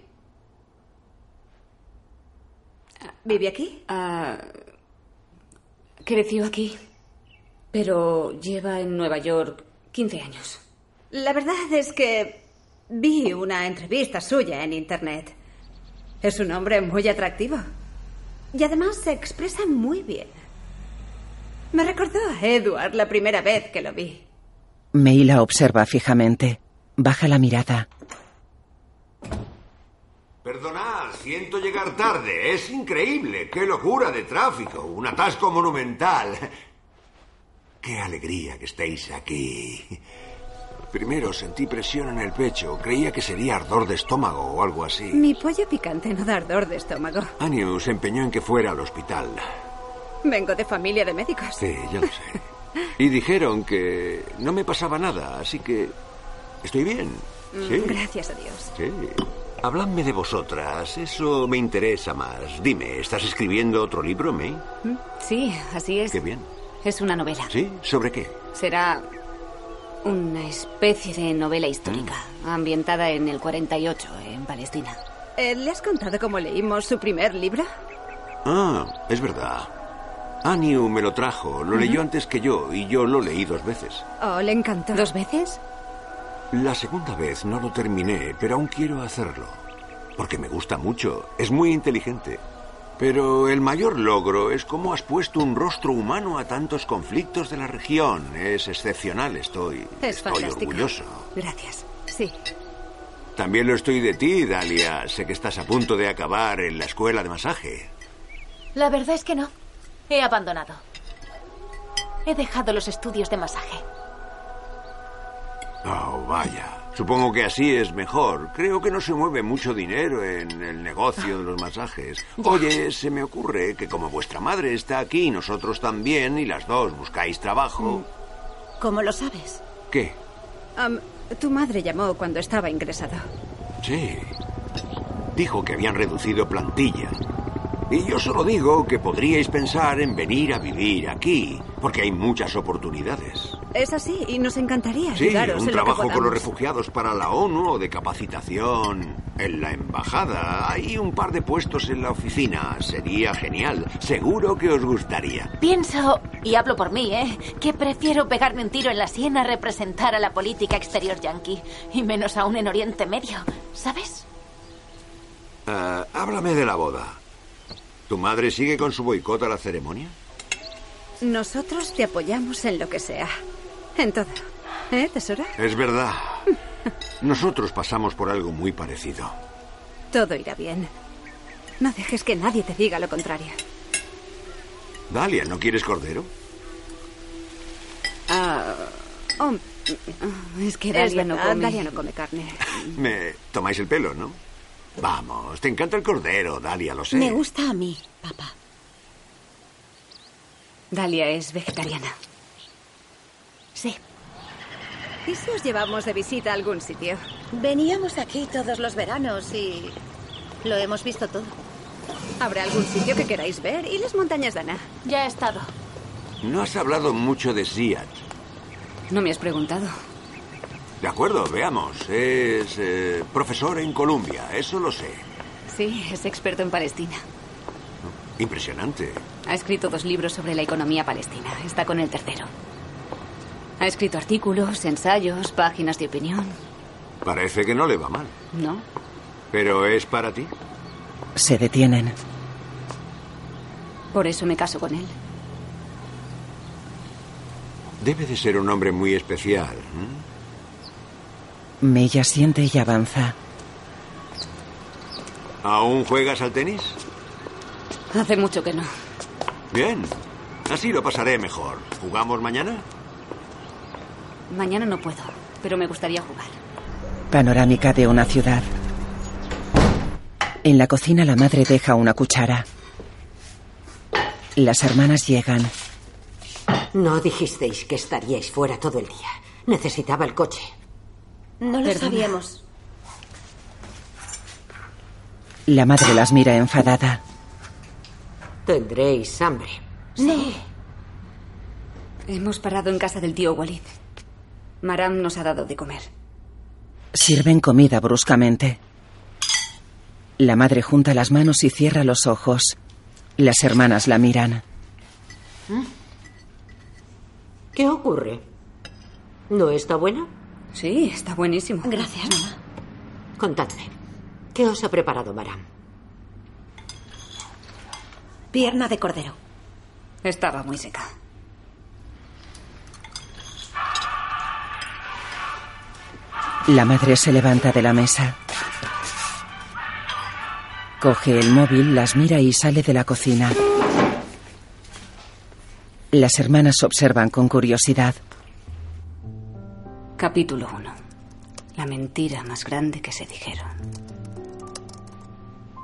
S8: vive aquí?
S4: Ah, creció aquí, pero lleva en Nueva York 15 años.
S8: La verdad es que vi una entrevista suya en Internet. Es un hombre muy atractivo. Y además se expresa muy bien. Me recordó a Edward la primera vez que lo vi.
S1: May la observa fijamente. Baja la mirada.
S11: Perdonad, siento llegar tarde. Es increíble. ¡Qué locura de tráfico! Un atasco monumental. ¡Qué alegría que estéis aquí! Primero sentí presión en el pecho. Creía que sería ardor de estómago o algo así.
S8: Mi pollo picante no da ardor de estómago.
S11: Annie se empeñó en que fuera al hospital.
S8: Vengo de familia de médicos.
S11: Sí, ya lo sé. Y dijeron que no me pasaba nada, así que estoy bien.
S8: Mm,
S11: Sí.
S8: Gracias a Dios.
S11: Sí. Habladme de vosotras, eso me interesa más. Dime, ¿estás escribiendo otro libro, May?
S6: ¿Mm?
S4: Sí, así es.
S11: Qué bien.
S4: Es una novela.
S11: ¿Sí? ¿Sobre qué?
S4: Será una especie de novela histórica, ambientada en el 48, en Palestina.
S8: Eh, ¿Le has contado cómo leímos su primer libro?
S11: Ah, es verdad. Aniu me lo trajo, lo leyó antes que yo y yo lo leí dos veces.
S8: Oh, le encantó.
S4: ¿Dos veces?
S11: La segunda vez no lo terminé, pero aún quiero hacerlo. Porque me gusta mucho, es muy inteligente. Pero el mayor logro es cómo has puesto un rostro humano a tantos conflictos de la región. Es excepcional, estoy,
S8: Es
S11: estoy
S8: fantástico.
S11: orgulloso.
S8: Gracias. Sí.
S11: También lo estoy de ti, Dalia. Sé que estás a punto de acabar en la escuela de masaje.
S6: La verdad es que no. He abandonado. He dejado los estudios de masaje.
S11: Oh, vaya. Supongo que así es mejor. Creo que no se mueve mucho dinero en el negocio de los masajes. Oye, se me ocurre que como vuestra madre está aquí y nosotros también, y las dos buscáis trabajo,
S5: Mm. ¿Cómo lo sabes?
S11: ¿qué?
S8: Am, tu madre llamó cuando estaba ingresado.
S11: Sí. Dijo que habían reducido plantilla. Y yo solo digo que podríais pensar en venir a vivir aquí, porque hay muchas oportunidades.
S8: Es así, y nos encantaría
S11: Sí,
S8: ayudaros
S11: un
S8: en lo que
S11: trabajo con los
S8: podamos.
S11: refugiados para la ONU o de capacitación en la embajada. Hay un par de puestos en la oficina. Sería genial. Seguro que os gustaría.
S6: Pienso, y hablo por mí, ¿eh? que prefiero pegarme un tiro en la sien a representar a la política exterior yanqui, y menos aún en Oriente Medio, ¿sabes?
S11: Eh, háblame de la boda. ¿Tu madre sigue con su boicot a la ceremonia?
S8: Nosotros te apoyamos en lo que sea. En todo. ¿Eh, tesora?
S11: Es verdad. Nosotros pasamos por algo muy parecido.
S8: Todo irá bien. No dejes que nadie te diga lo contrario.
S11: Dalia, ¿no quieres cordero?
S4: Ah,
S8: oh, mm,
S4: es que
S8: Es
S4: Dalia no
S8: verdad,
S4: come.
S8: Dalia no come carne.
S11: Me tomáis el pelo, ¿no? Vamos, te encanta el cordero, Dalia, lo sé.
S5: Me gusta a mí.
S4: Dalia es vegetariana.
S6: Sí.
S8: ¿Y si os llevamos de visita a algún sitio?
S5: Veníamos aquí todos los veranos y lo hemos visto todo.
S8: ¿Habrá algún sitio que queráis ver? ¿Y las montañas de Ana?
S6: Ya he estado.
S11: No has hablado mucho de Siat.
S4: No me has preguntado.
S11: De acuerdo, veamos. Es eh, profesor en Colombia, eso lo sé.
S4: Sí, es experto en Palestina.
S11: Impresionante.
S4: Ha escrito dos libros sobre la economía palestina. Está con el tercero. Ha escrito artículos, ensayos, páginas de opinión.
S11: Parece que no le va mal.
S4: ¿No?
S11: Pero es para ti.
S1: Se detienen.
S4: Por eso me caso con él.
S11: Debe de ser un hombre muy especial. ¿eh?
S1: Mella siente y avanza.
S11: ¿Aún juegas al tenis?
S4: Hace mucho que no.
S11: Bien. Así lo pasaré mejor. ¿Jugamos mañana?
S4: Mañana no puedo, pero me gustaría jugar.
S1: Panorámica de una ciudad. En la cocina la madre deja una cuchara. Las hermanas llegan.
S7: No dijisteis que estaríais fuera todo el día. Necesitaba el coche.
S5: No lo
S7: Perdona.
S5: sabíamos.
S1: La madre las mira enfadada.
S7: Tendréis hambre.
S4: Sí. Hemos parado en casa del tío Walid. Maram nos ha dado de comer.
S1: Sirven comida bruscamente. La madre junta las manos y cierra los ojos. Las hermanas la miran.
S7: ¿Qué ocurre? ¿No está buena?
S4: Sí, está buenísimo.
S5: Gracias, mamá.
S7: Contadme. ¿Qué os ha preparado Maram?
S5: Pierna de cordero.
S4: Estaba muy seca.
S1: La madre se levanta de la mesa. Coge el móvil, las mira y sale de la cocina. Las hermanas observan con curiosidad.
S4: Capítulo 1. La mentira más grande que se dijeron.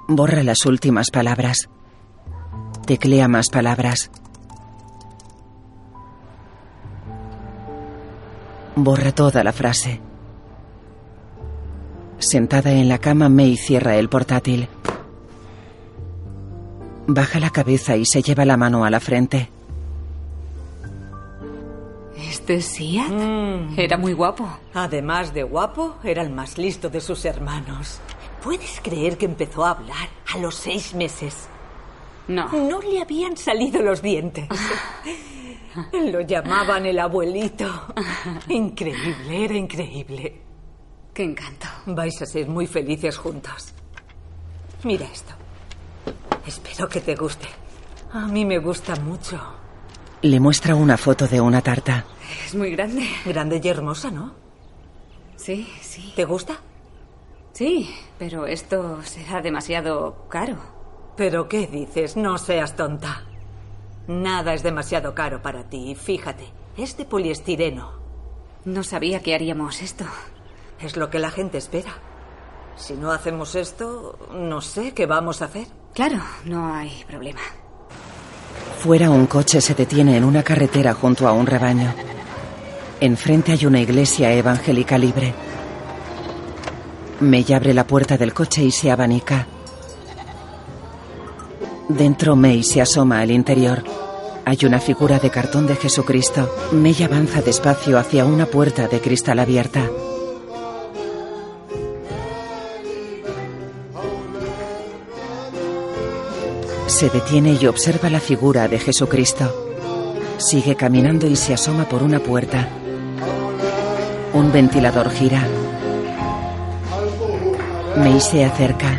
S1: Borra las últimas palabras. Teclea más palabras. Borra toda la frase. Sentada en la cama, May cierra el portátil. Baja la cabeza y se lleva la mano a la frente.
S4: ¿Este Siad? Era muy guapo.
S9: Mm. Además de guapo, era el más listo de sus hermanos. ¿Puedes creer que empezó a hablar a los seis meses?
S4: No.
S9: No le habían salido los dientes. Lo llamaban el abuelito. Increíble, era increíble.
S4: Qué encanto.
S9: Vais a ser muy felices juntos. Mira esto. Espero que te guste. A mí me gusta mucho.
S1: Le muestra una foto de una tarta.
S4: Es muy grande.
S9: Grande y hermosa, ¿no?
S4: Sí, sí.
S9: ¿Te gusta?
S4: Sí, pero esto será demasiado caro.
S9: ¿Pero qué dices? No seas tonta. Nada es demasiado caro para ti. Fíjate, es de poliestireno.
S4: No sabía que haríamos esto.
S9: Es lo que la gente espera. Si no hacemos esto, no sé qué vamos a hacer.
S4: Claro, no hay problema.
S1: Fuera un coche se detiene en una carretera junto a un rebaño. Enfrente hay una iglesia evangélica libre. May abre la puerta del coche y se abanica. Dentro May se asoma al interior. Hay una figura de cartón de Jesucristo. May avanza despacio hacia una puerta de cristal abierta. Se detiene y observa la figura de Jesucristo. Sigue caminando y se asoma por una puerta. Un ventilador gira. May se acerca.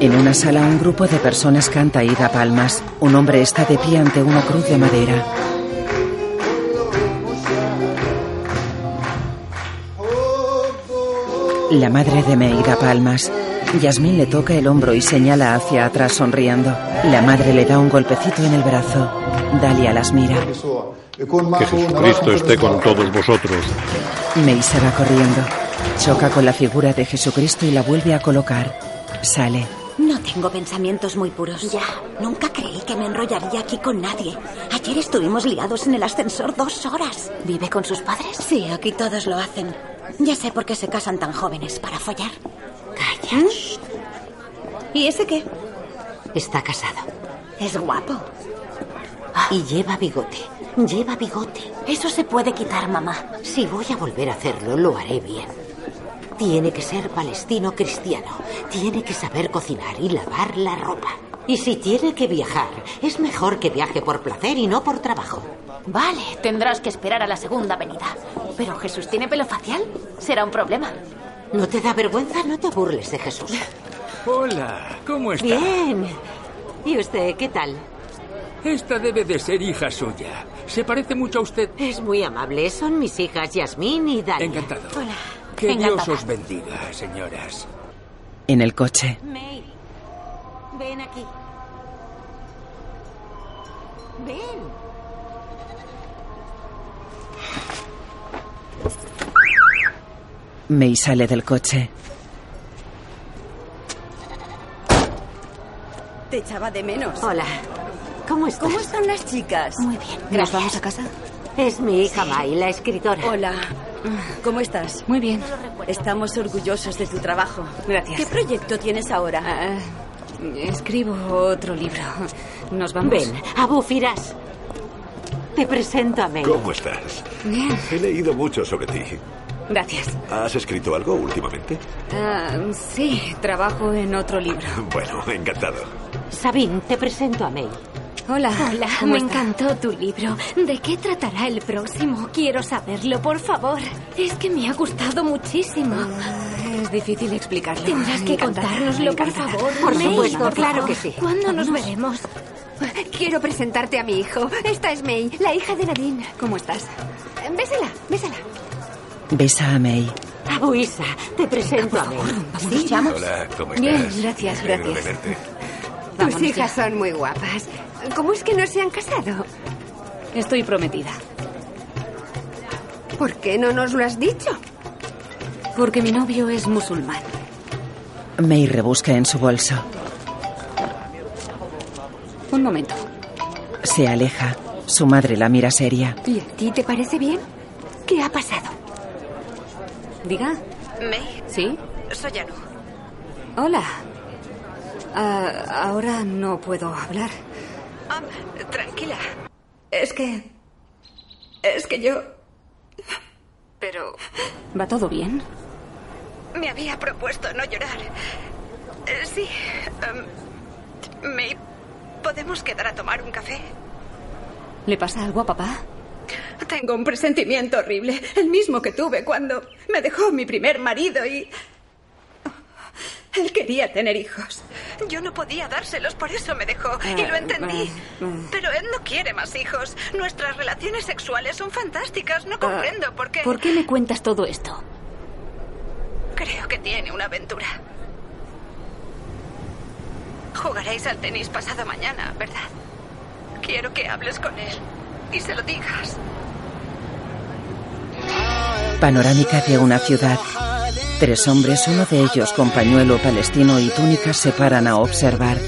S1: En una sala un grupo de personas canta y da palmas. Un hombre está de pie ante una cruz de madera. La madre de May da palmas. Yasmín le toca el hombro y señala hacia atrás sonriendo. La madre le da un golpecito en el brazo. Dalia las mira.
S15: Que Jesucristo esté con todos vosotros.
S1: May se va corriendo. Choca con la figura de Jesucristo y la vuelve a colocar. Sale.
S5: No tengo pensamientos muy puros. Ya, nunca creí que me enrollaría aquí con nadie. Ayer estuvimos liados en el ascensor dos horas. ¿Vive con sus padres? Sí, aquí todos lo hacen. Ya sé por qué se casan tan jóvenes, para follar. Calla.
S6: ¿Mm?
S5: ¿Y ese qué?
S7: Está casado.
S5: Es guapo.
S7: Y lleva bigote. Lleva bigote.
S5: Eso se puede quitar, mamá.
S7: Si voy a volver a hacerlo, lo haré bien. Tiene que ser palestino cristiano. Tiene que saber cocinar y lavar la ropa. Y si tiene que viajar, es mejor que viaje por placer y no por trabajo.
S6: Vale, tendrás que esperar a la segunda venida. Pero Jesús tiene pelo facial. Será un problema.
S7: ¿No te da vergüenza? No te burles de Jesús.
S13: Hola, ¿cómo está?
S7: Bien. ¿Y usted qué tal?
S13: Esta debe de ser hija suya. Se parece mucho a usted.
S7: Es muy amable. Son mis hijas Yasmín y Dalia.
S13: Encantado.
S6: Hola.
S13: Que
S6: Encantada.
S13: Dios os bendiga, ah, señoras.
S1: En el coche,
S6: May, ven aquí.
S7: Ven.
S1: May sale del coche.
S8: Te echaba de menos.
S7: Hola. ¿Cómo estás?
S8: ¿Cómo están las chicas? Muy bien.
S7: ¿Nos vamos a casa? Es mi hija May, la escritora.
S8: Hola. ¿Cómo estás? Muy bien. Estamos orgullosos de tu trabajo.
S4: Gracias. Eh,
S8: ¿Qué proyecto tienes ahora?
S4: Escribo otro libro. Nos vamos.
S7: Ven, Abu Firas. Te presento a May.
S11: ¿Cómo estás?
S4: Bien.
S11: He leído mucho sobre ti.
S4: Gracias.
S11: ¿Has escrito algo últimamente?
S4: Ah, sí, trabajo en otro libro.
S11: Bueno, encantado.
S7: Sabine, te presento a May.
S6: Hola. Hola,
S4: ¿cómo
S6: me
S4: está?
S6: encantó tu libro. ¿De qué tratará el próximo? Quiero saberlo, por favor. Es que me ha gustado muchísimo.
S4: Es difícil explicarlo.
S6: Tendrás que
S4: Encantada,
S6: contárnoslo, por
S4: encantada.
S6: favor.
S4: Por
S6: May,
S4: supuesto,
S6: por
S4: claro
S6: favor.
S4: que sí.
S6: ¿Cuándo nos
S4: Vamos.
S6: veremos?
S16: Quiero presentarte a mi hijo. Esta es May, la hija de Nadine. ¿Cómo estás? Bésala, bésala.
S1: besa a May.
S7: Abu Isa, te presento a May.
S16: Sí, vamos.
S11: Hola, ¿cómo estás?
S16: Bien, gracias,
S11: Me alegro
S16: gracias.
S11: de verte.
S16: Tus hijas son muy guapas. ¿Cómo es que no se han casado?
S4: Estoy prometida.
S16: ¿Por qué no nos lo has dicho?
S4: Porque mi novio es musulmán.
S1: May rebusca en su bolso.
S4: Un momento.
S1: Se aleja. Su madre la mira seria.
S16: ¿Y a ti te parece bien? ¿Qué ha pasado?
S4: Diga.
S8: May,
S4: ¿Sí?
S8: soy Anu.
S4: Hola. Ah, ahora no puedo hablar.
S8: Ah, tranquila. Es que. Es que yo. Pero
S4: ¿Va todo bien?
S8: me había propuesto no llorar. Eh, Sí. em, May, ¿podemos quedar a tomar un café?
S4: ¿Le pasa algo a papá?
S8: Tengo un presentimiento horrible, el mismo que tuve cuando me dejó mi primer marido y... Él quería tener hijos. Yo no podía dárselos, por eso me dejó.
S4: Ah,
S8: y lo entendí. Pero él no quiere más hijos. Nuestras relaciones sexuales son fantásticas. No comprendo por qué...
S4: Ah, ¿Por qué me cuentas todo esto?
S8: Creo que tiene una aventura. Jugaréis al tenis pasado mañana, ¿verdad? Quiero que hables con él y se lo digas.
S1: Panorámica de una ciudad. Tres hombres, uno de ellos con pañuelo palestino y túnica, se paran a observar.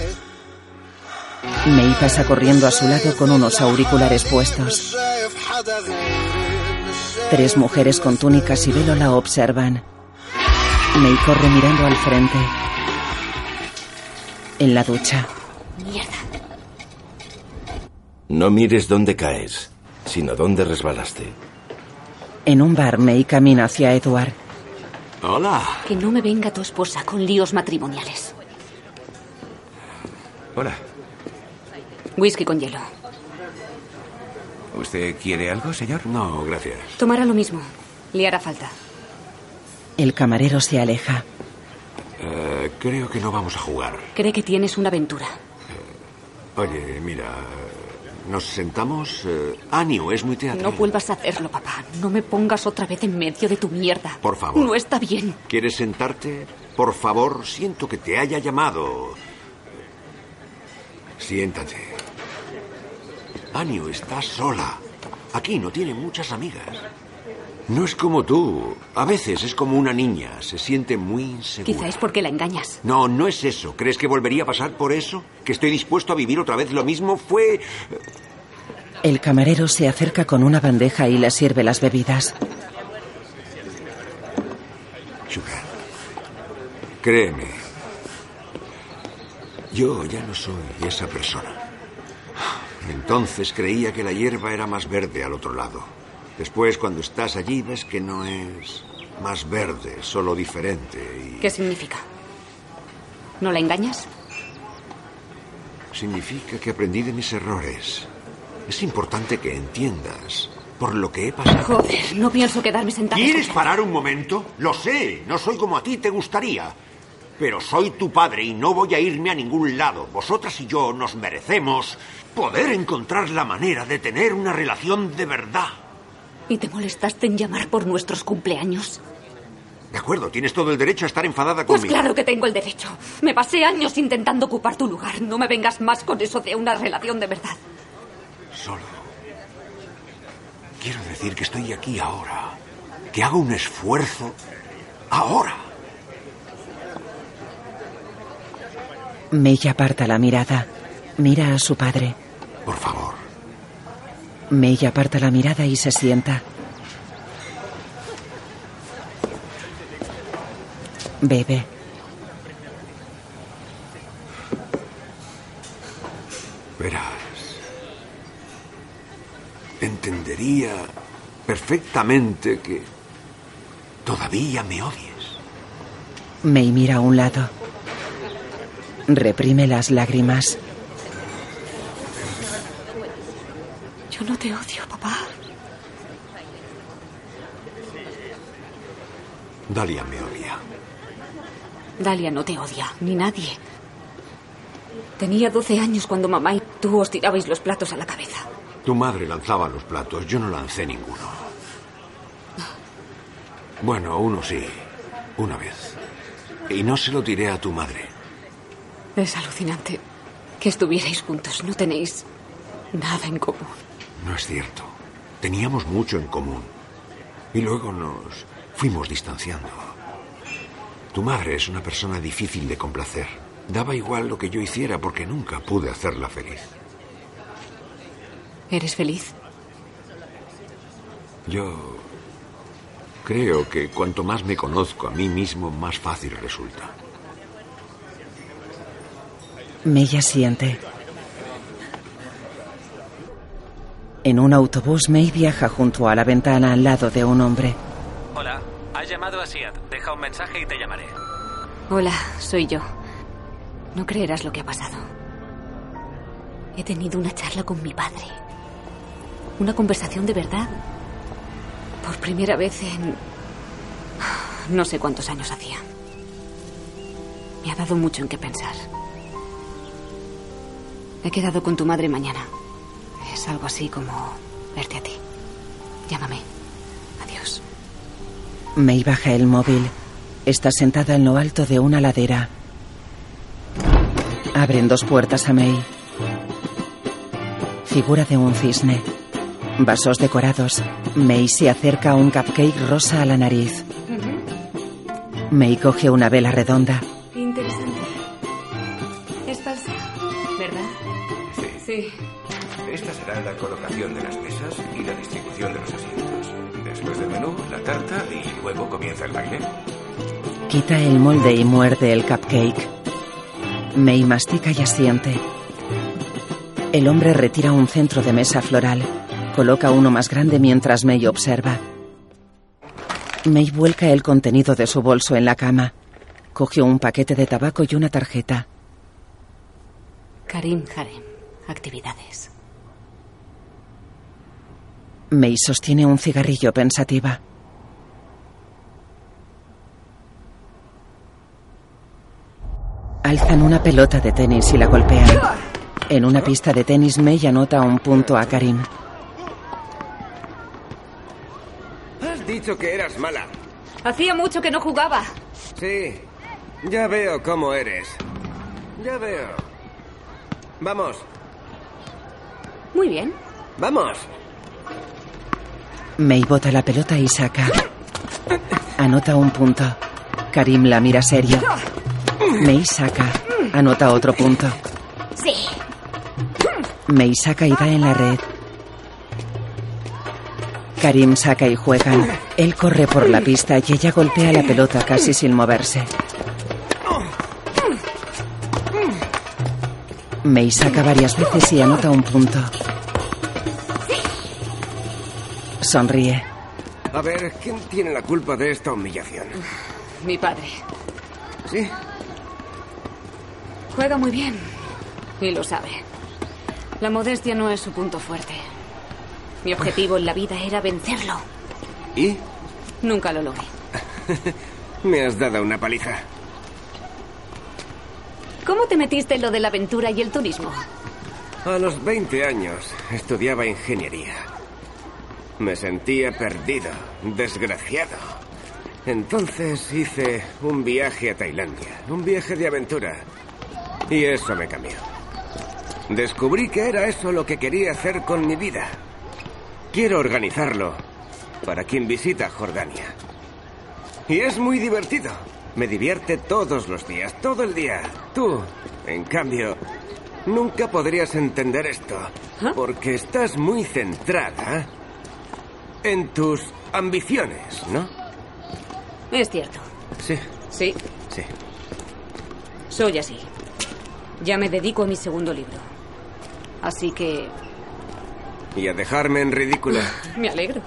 S1: May pasa corriendo a su lado con unos auriculares puestos. Tres mujeres con túnicas y velo la observan. May corre mirando al frente. En la ducha,
S17: No mires dónde caes, sino dónde resbalaste.
S1: en un bar, May camina hacia Edward.
S11: Hola.
S4: Que no me venga tu esposa con líos matrimoniales.
S11: Hola.
S4: Whisky con hielo.
S11: ¿Usted quiere algo, señor? No, gracias.
S4: Tomará lo mismo. Le hará falta.
S1: El camarero se aleja.
S11: Eh, creo que no vamos a jugar.
S4: Cree que tienes una aventura.
S11: Oye, mira, nos sentamos. Eh, Aniu, es muy teatral.
S4: No vuelvas a hacerlo, papá. No me pongas otra vez en medio de tu mierda.
S11: Por favor.
S4: No está bien.
S11: ¿Quieres sentarte? Por favor, siento que te haya llamado. Siéntate. Aniu está sola. Aquí no tiene muchas amigas. No es como tú. A veces es como una niña. Se siente muy insegura.
S4: Quizá es porque la engañas.
S11: No, no es eso. ¿Crees que volvería a pasar por eso? ¿Que estoy dispuesto a vivir otra vez lo mismo? Fue... eh,
S1: El camarero se acerca con una bandeja y le sirve las bebidas.
S11: Sugar. Créeme. Yo ya no soy esa persona. Entonces creía que la hierba era más verde al otro lado. Después, cuando estás allí, ves que no es... Más verde, solo diferente
S4: ¿Qué significa? ¿No la engañas?
S11: y significa que aprendí de mis errores. Es importante que entiendas por lo que he pasado.
S4: Joder, no pienso quedarme sentada.
S11: ¿Quieres parar un momento? Lo sé, no soy como a ti te gustaría. Pero soy tu padre y no voy a irme a ningún lado. Vosotras y yo nos merecemos poder encontrar la manera de tener una relación de verdad.
S4: ¿Y te molestaste en llamar por nuestros cumpleaños?
S11: De acuerdo, tienes todo el derecho a estar enfadada
S4: Pues
S11: conmigo.
S4: claro que tengo el derecho. Me pasé años intentando ocupar tu lugar. No me vengas más con eso de una relación de verdad.
S11: Solo. Quiero decir que estoy aquí ahora. Que hago un esfuerzo ahora.
S1: Mella aparta la mirada. Mira a su padre.
S11: Por favor.
S1: Mella aparta la mirada y se sienta. Bebe.
S11: Verás. Entendería perfectamente que todavía me odies.
S1: May mira a un lado. Reprime las lágrimas.
S4: Yo no te odio, papá.
S11: Dalia me odia.
S4: Dalia no te odia, ni nadie. Tenía 12 años cuando mamá y tú os tirabais los platos a la cabeza.
S11: Tu madre lanzaba los platos, yo no lancé ninguno. Bueno, uno sí, una vez. Y no se lo tiré a tu madre.
S4: Es alucinante que estuvierais juntos. No tenéis nada en común.
S11: No es cierto. Teníamos mucho en común. Y luego nos fuimos distanciando. Tu madre es una persona difícil de complacer. Daba igual lo que yo hiciera porque nunca pude hacerla feliz.
S4: ¿Eres feliz?
S11: Yo creo que cuanto más me conozco a mí mismo, más fácil resulta.
S1: Mella siente. En un autobús, May viaja junto a la ventana al lado de un hombre.
S3: Hola, has llamado a Siad. Deja un mensaje y te llamaré.
S4: Hola, soy yo. No creerás lo que ha pasado. He tenido una charla con mi padre. Una conversación de verdad. Por primera vez en... No sé cuántos años hacía. Me ha dado mucho en qué pensar. He quedado con tu madre mañana. Es algo así como verte a ti. Llámame. Adiós.
S1: May baja el móvil. Está sentada en lo alto de una ladera. Abren dos puertas a May. Figura de un cisne. Vasos decorados. May se acerca a un cupcake rosa a la nariz. May coge una vela redonda.
S18: Interesante. Es falsa, ¿verdad? Sí.
S2: Esta será la colocación de las mesas y la distribución de los asientos. Después del menú, la tarta y luego comienza el baile.
S1: Quita el molde y muerde el cupcake. May mastica y asiente. El hombre retira un centro de mesa floral. Coloca uno más grande mientras May observa. May vuelca el contenido de su bolso en la cama. Coge un paquete de tabaco y una tarjeta.
S4: Karim Harem. Actividades.
S1: May sostiene un cigarrillo pensativa. Alzan una pelota de tenis y la golpean. En una pista de tenis, May anota un punto a Karim.
S13: Has dicho que eras mala.
S4: Hacía mucho que no jugaba.
S13: Sí, ya veo cómo eres. Ya veo. Vamos,
S4: Muy bien.
S13: vamos.
S1: May bota la pelota y saca. Anota un punto. Karim la mira serio. May saca. Anota otro punto.
S6: Sí.
S1: May saca y da en la red. Karim saca y juegan. Él corre por la pista y ella golpea la pelota casi sin moverse. May saca varias veces y anota un punto. Sonríe.
S13: A ver, ¿quién tiene la culpa de esta humillación?
S4: Mi padre.
S13: ¿Sí?
S4: Juega muy bien. Y lo sabe. La modestia no es su punto fuerte. Mi objetivo en la vida era vencerlo.
S13: ¿Y?
S4: Nunca lo logré.
S13: Me has dado una paliza.
S4: ¿Cómo te metiste en lo de la aventura y el turismo?
S13: A los 20 años estudiaba ingeniería. Me sentía perdido, desgraciado. Entonces hice un viaje a Tailandia, un viaje de aventura. Y eso me cambió. Descubrí que era eso lo que quería hacer con mi vida. Quiero organizarlo para quien visita Jordania. Y es muy divertido. Me divierte todos los días, todo el día. Tú, en cambio, nunca podrías entender esto,
S4: ¿Ah?
S13: porque estás muy centrada en tus ambiciones, ¿no?
S4: Es cierto.
S13: Sí,
S4: Sí,
S13: sí.
S4: soy así. Ya me dedico a mi segundo libro. Así que
S13: Y a dejarme en ridículo.
S4: me alegro.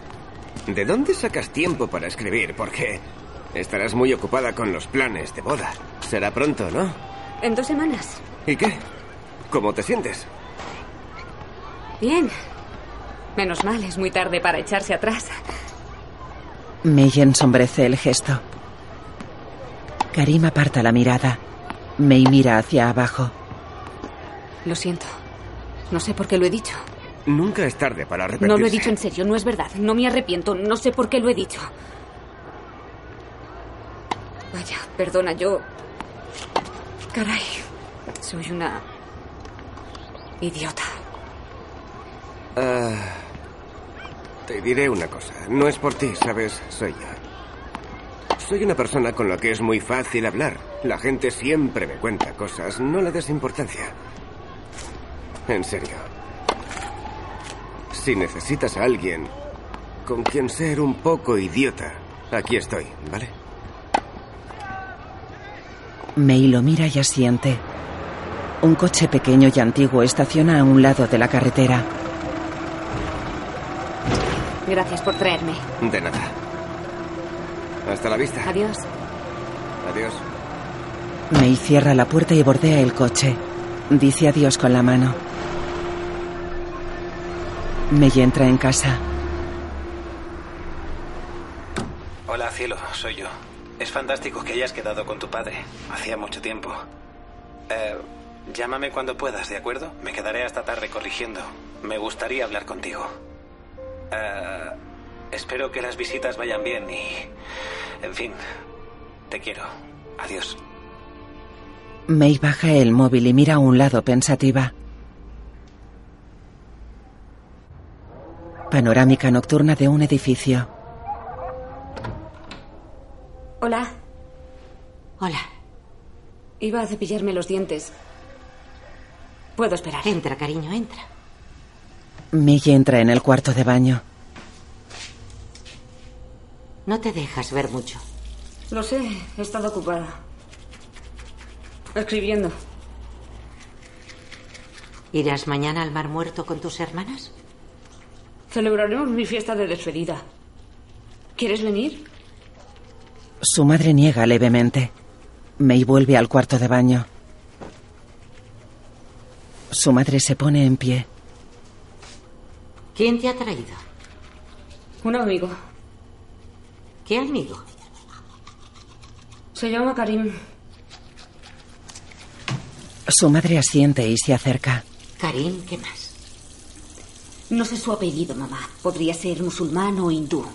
S13: ¿De dónde sacas tiempo para escribir? Porque estarás muy ocupada con los planes de boda. Será pronto, ¿no?
S4: En dos semanas.
S13: ¿Y qué? ¿Cómo te sientes?
S4: Bien. Menos mal, es muy tarde para echarse atrás.
S1: Mei ensombrece el gesto. Karim aparta la mirada. Mei mira hacia abajo.
S4: Lo siento. No sé por qué lo he dicho.
S13: Nunca es tarde para arrepentirse.
S4: No lo he dicho en serio, no es verdad. No me arrepiento, no sé por qué lo he dicho. Vaya, perdona, yo... Caray, soy una... idiota.
S13: Ah, te diré una cosa. No es por ti, ¿sabes? Soy yo. Soy una persona con la que es muy fácil hablar. La gente siempre me cuenta cosas. No le des importancia. En serio. Si necesitas a alguien con quien ser un poco idiota, aquí estoy, ¿vale?
S1: Mei lo mira y asiente. Un coche pequeño y antiguo estaciona a un lado de la carretera.
S4: Gracias por traerme.
S13: De nada. Hasta la vista.
S4: Adiós.
S13: Adiós.
S1: Mei cierra la puerta y bordea el coche. Dice adiós con la mano. Mei entra en casa.
S3: Hola, cielo, soy yo. Es fantástico que hayas quedado con tu padre. Hacía mucho tiempo. Eh, llámame cuando puedas, ¿de acuerdo? Me quedaré hasta tarde corrigiendo. Me gustaría hablar contigo. Eh, espero que las visitas vayan bien y... En fin, te quiero. Adiós.
S1: Mei baja el móvil y mira a un lado pensativa. Panorámica nocturna de un edificio.
S4: Hola,
S7: Hola,
S4: iba a cepillarme los dientes. Puedo esperar.
S7: Entra, cariño, entra.
S1: Mei entra en el cuarto de baño.
S7: No te dejas ver mucho.
S4: Lo sé, he estado ocupada. Escribiendo.
S7: ¿Irás mañana al Mar Muerto con tus hermanas?
S4: Celebraremos mi fiesta de despedida. ¿Quieres venir?
S1: Su madre niega levemente. May vuelve al cuarto de baño. Su madre se pone en pie.
S7: ¿Quién te ha traído?
S4: Un amigo.
S7: ¿Qué amigo?
S4: Se llama Karim.
S1: Su madre asiente y se acerca.
S7: Karim, ¿qué más?
S4: No sé su apellido, mamá. Podría ser musulmán o hindú.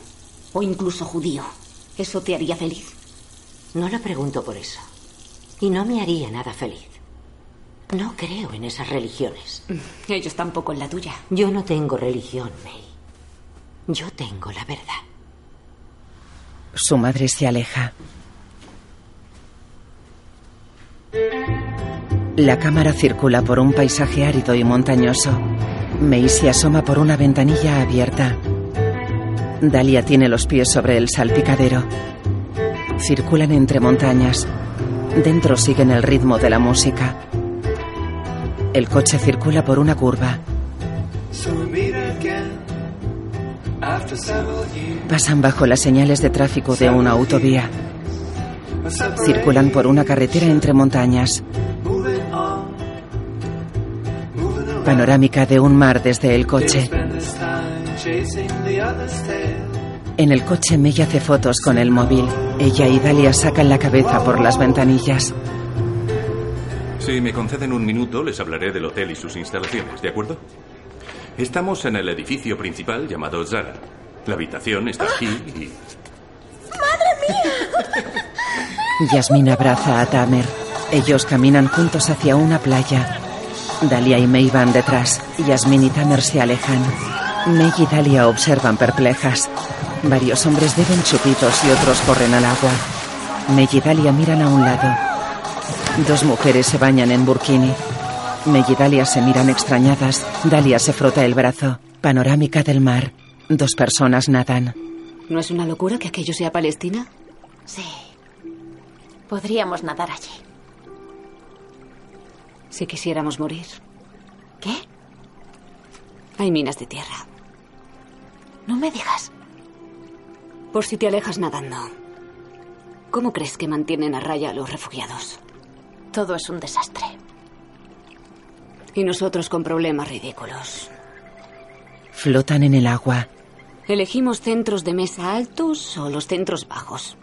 S4: O incluso judío. Eso te haría feliz.
S7: No lo pregunto por eso. Y no me haría nada feliz. No creo en esas religiones.
S4: Ellos tampoco en la tuya.
S7: Yo no tengo religión, May. Yo tengo la verdad.
S1: Su madre se aleja. La cámara circula por un paisaje árido y montañoso. May se asoma por una ventanilla abierta. Dalia tiene los pies sobre el salpicadero. Circulan entre montañas. Dentro siguen el ritmo de la música. El coche circula por una curva.
S19: So we meet again
S1: Pasan bajo las señales de tráfico de una autovía. Circulan por una carretera entre montañas. Panorámica de un mar desde el coche. En el coche Mella hace fotos con el móvil. Ella y Dalia sacan la cabeza por las ventanillas.
S2: Si me conceden un minuto, les hablaré del hotel y sus instalaciones, ¿de acuerdo? Estamos en el edificio principal llamado Zara. La habitación está aquí y...
S1: Yasmina abraza a Tamer. Ellos caminan juntos hacia una playa. Dalia y May van detrás. Yasmin y Tamer se alejan. May y Dalia observan perplejas. Varios hombres beben chupitos y otros corren al agua. May y Dalia miran a un lado. Dos mujeres se bañan en burkini. May y Dalia se miran extrañadas. Dalia se frota el brazo. Panorámica del mar. Dos personas nadan.
S4: ¿No es una locura que aquello sea Palestina?
S6: Sí. Podríamos nadar allí.
S4: Si quisiéramos morir.
S6: ¿Qué?
S4: Hay minas de tierra.
S6: No me digas.
S4: Por si te alejas nadando. ¿Cómo crees que mantienen a raya a los refugiados?
S6: Todo es un desastre.
S4: Y nosotros con problemas ridículos.
S1: Flotan en el agua.
S4: Elegimos centros de mesa altos o los centros bajos.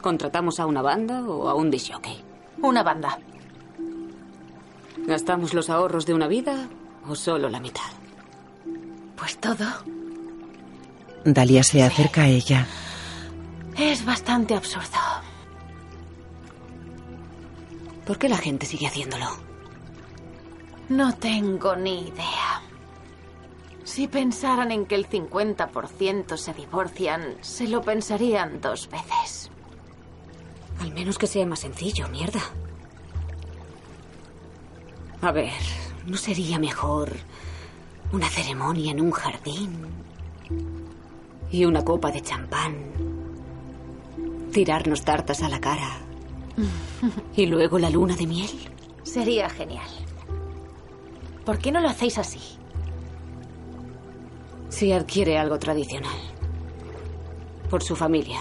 S4: Contratamos a una banda o a un disjockey.
S6: Una banda.
S4: Gastamos los ahorros de una vida o solo la mitad.
S6: Pues todo.
S1: Dalia se acerca a ella.
S6: Es bastante absurdo.
S4: ¿Por qué la gente sigue haciéndolo?
S6: No tengo ni idea. Si pensaran en que el 50% se divorcian, se lo pensarían dos veces.
S4: Al menos que sea más sencillo, mierda. A ver, ¿no sería mejor una ceremonia en un jardín? Y una copa de champán. Tirarnos tartas a la cara. Y luego la luna de miel.
S6: Sería genial. ¿Por qué no lo hacéis así?
S4: Si adquiere algo tradicional. Por su familia.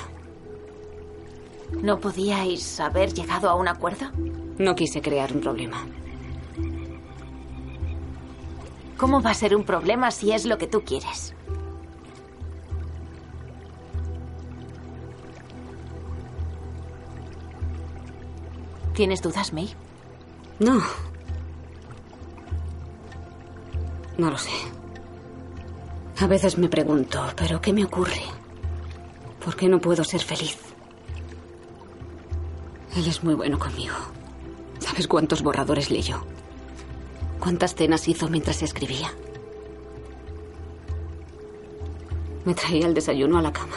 S6: ¿No podíais haber llegado a un acuerdo?
S4: No quise crear un problema.
S6: ¿Cómo va a ser un problema si es lo que tú quieres? ¿Tienes dudas, May?
S4: No. No lo sé. A veces me pregunto, ¿pero qué me ocurre? ¿Por qué no puedo ser feliz? Él es muy bueno conmigo. ¿Sabes cuántos borradores leyó? ¿Cuántas cenas hizo mientras escribía? Me traía el desayuno a la cama.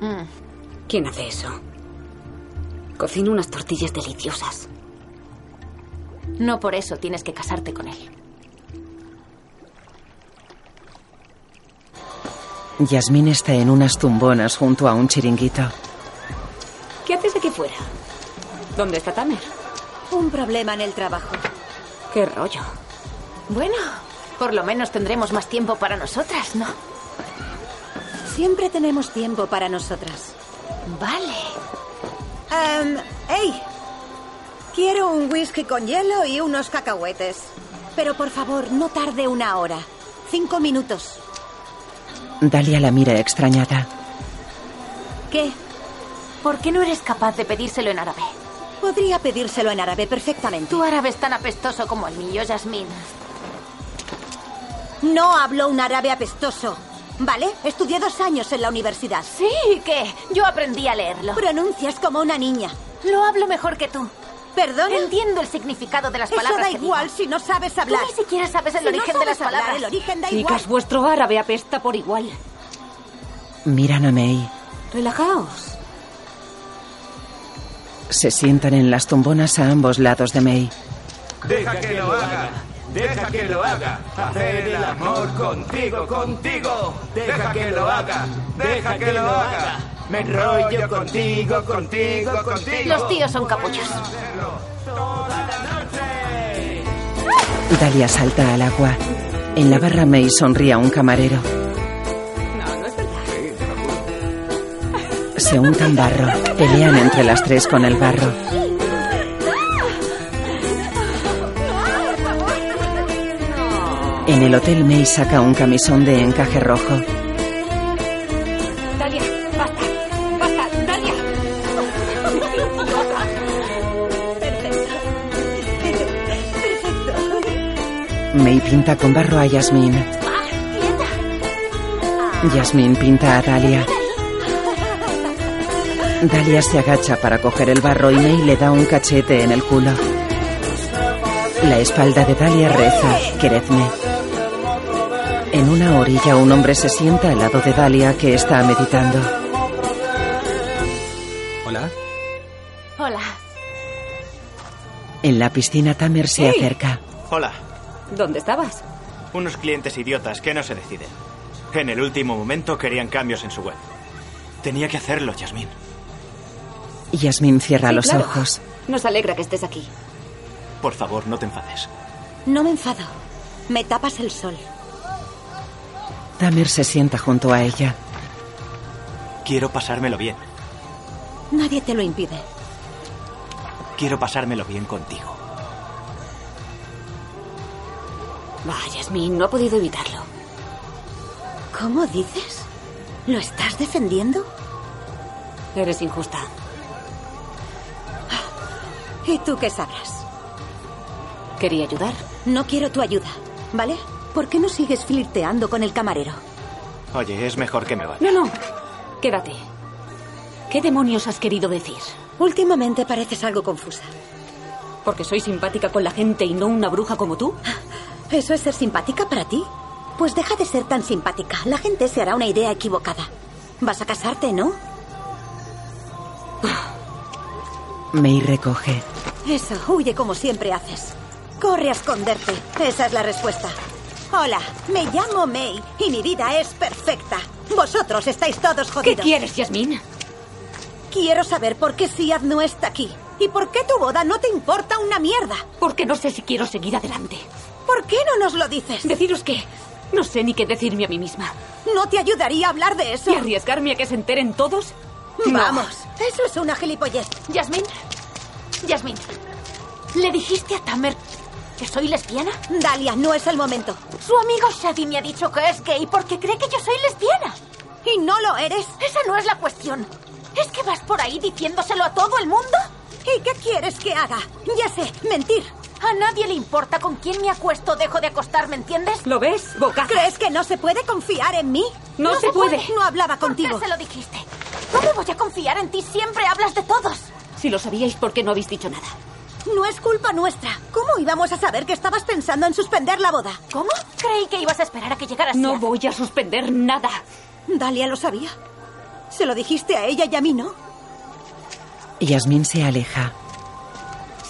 S4: Mm. ¿Quién hace eso? Cocino unas tortillas deliciosas.
S6: No por eso tienes que casarte con él.
S1: Yasmín está en unas tumbonas junto a un chiringuito.
S4: ¿Qué haces aquí fuera? ¿Dónde está Tamer?
S5: Un problema en el trabajo.
S4: ¿Qué rollo?
S6: Bueno, por lo menos tendremos más tiempo para nosotras, ¿no?
S5: Siempre tenemos tiempo para nosotras.
S6: Vale.
S5: Um, ¡Ey! Quiero un whisky con hielo y unos cacahuetes. Pero por favor, no tarde una hora. Cinco minutos.
S1: Dalia la mira extrañada.
S5: ¿Qué?
S6: ¿Por qué no eres capaz de pedírselo en árabe?
S5: Podría pedírselo en árabe perfectamente.
S6: Tu árabe es tan apestoso como el mío, Yasmin.
S5: No hablo un árabe apestoso. ¿Vale? Estudié dos años en la universidad.
S6: Sí, ¿qué? Yo aprendí a leerlo.
S5: Pronuncias como una niña.
S6: Lo hablo mejor que tú.
S5: ¿Perdón?
S6: Entiendo el significado de las
S5: Eso
S6: palabras.
S5: Eso da
S6: que
S5: igual
S6: digo.
S5: si no sabes hablar.
S6: Tú ni siquiera sabes el
S5: si
S6: origen
S5: no sabes
S6: de las
S5: hablar,
S6: palabras.
S5: El origen da
S4: Chicas,
S5: igual.
S4: vuestro árabe apesta por igual.
S1: Miran a May.
S4: Relajaos.
S1: Se sientan en las tumbonas a ambos lados de May.
S14: Deja que lo haga. Deja que lo haga. Hacer el amor contigo, contigo. Deja que lo haga. Deja que lo haga. Me enrollo contigo, contigo, contigo.
S6: Los tíos son capullos.
S1: Dalia salta al agua. En la barra May sonríe a un camarero. se untan barro. Pelean entre las tres con el barro. En el hotel May saca un camisón de encaje rojo.
S20: Dalia, basta. Basta, Dalia. Idiota.
S1: May pinta con barro a Yasmín. Yasmín pinta a Dalia. Dalia se agacha para coger el barro y May le da un cachete en el culo. La espalda de Dalia reza, queredme. En una orilla un hombre se sienta al lado de Dalia que está meditando.
S3: Hola.
S5: Hola.
S1: En la piscina Tamer se acerca.
S19: Hola,
S4: ¿Dónde estabas?
S19: unos clientes idiotas que no se deciden. En el último momento querían cambios en su web. Tenía que hacerlo, Yasmín.
S1: Yasmín cierra
S4: Sí,
S1: los
S4: claro.
S1: ojos.
S4: Nos alegra que estés aquí.
S19: Por favor, no te enfades.
S6: No me enfado. Me tapas el sol.
S1: Tamer se sienta junto a ella.
S19: Quiero pasármelo bien.
S6: Nadie te lo impide.
S19: Quiero pasármelo bien contigo.
S4: Vaya, Yasmin, no ha podido evitarlo.
S6: ¿Cómo dices? ¿Lo estás defendiendo?
S4: Eres injusta.
S6: ¿Y tú qué sabrás?
S4: Quería ayudar.
S6: No quiero tu ayuda, ¿vale? ¿Por qué no sigues flirteando con el camarero?
S19: Oye, es mejor que me vaya.
S4: No, no. Quédate. ¿Qué demonios has querido decir?
S6: Últimamente pareces algo confusa.
S4: ¿Porque soy simpática con la gente y no una bruja como tú?
S6: Ah, ¿Eso es ser simpática para ti? Pues deja de ser tan simpática. La gente se hará una idea equivocada. Vas a casarte, ¿no?
S4: Ah.
S1: May recoge.
S6: Eso, huye como siempre haces. Corre a esconderte. Esa es la respuesta. Hola, me llamo May y mi vida es perfecta. Vosotros estáis todos jodidos.
S4: ¿Qué quieres, Yasmin?
S6: Quiero saber por qué Siad no está aquí. ¿Y por qué tu boda no te importa una mierda?
S4: Porque no sé si quiero seguir adelante.
S6: ¿Por qué no nos lo dices?
S4: Deciros que no sé ni qué decirme a mí misma.
S6: ¿No te ayudaría a hablar de eso?
S4: ¿Y arriesgarme a que se enteren todos? No.
S6: Vamos, eso es una gilipollez.
S4: Yasmin, Yasmin, ¿le dijiste a Tamer que soy lesbiana?
S6: Dalia, no es el momento.
S5: Su amigo Shadi me ha dicho que es gay porque cree que yo soy lesbiana.
S6: ¿Y no lo eres?
S5: Esa no es la cuestión. ¿Es que vas por ahí diciéndoselo a todo el mundo?
S6: ¿Y qué quieres que haga? Ya sé, mentir.
S5: A nadie le importa con quién me acuesto o dejo de acostarme, ¿entiendes?
S4: ¿Lo ves, Boca?
S6: ¿Crees que no se puede confiar en mí?
S4: No se puede.
S6: No hablaba
S5: ¿Por qué
S6: contigo.
S5: se lo dijiste? ¿Cómo voy a confiar en ti? Siempre hablas de todos.
S4: Si lo sabíais, ¿por qué no habéis dicho nada?
S6: No es culpa nuestra. ¿Cómo íbamos a saber que estabas pensando en suspender la boda?
S5: ¿Cómo? Creí que ibas a esperar a que llegara
S4: No
S5: Siad.
S4: voy a suspender nada.
S6: Dalia lo sabía. Se lo dijiste a ella y a mí, ¿no?
S1: Yasmín se aleja.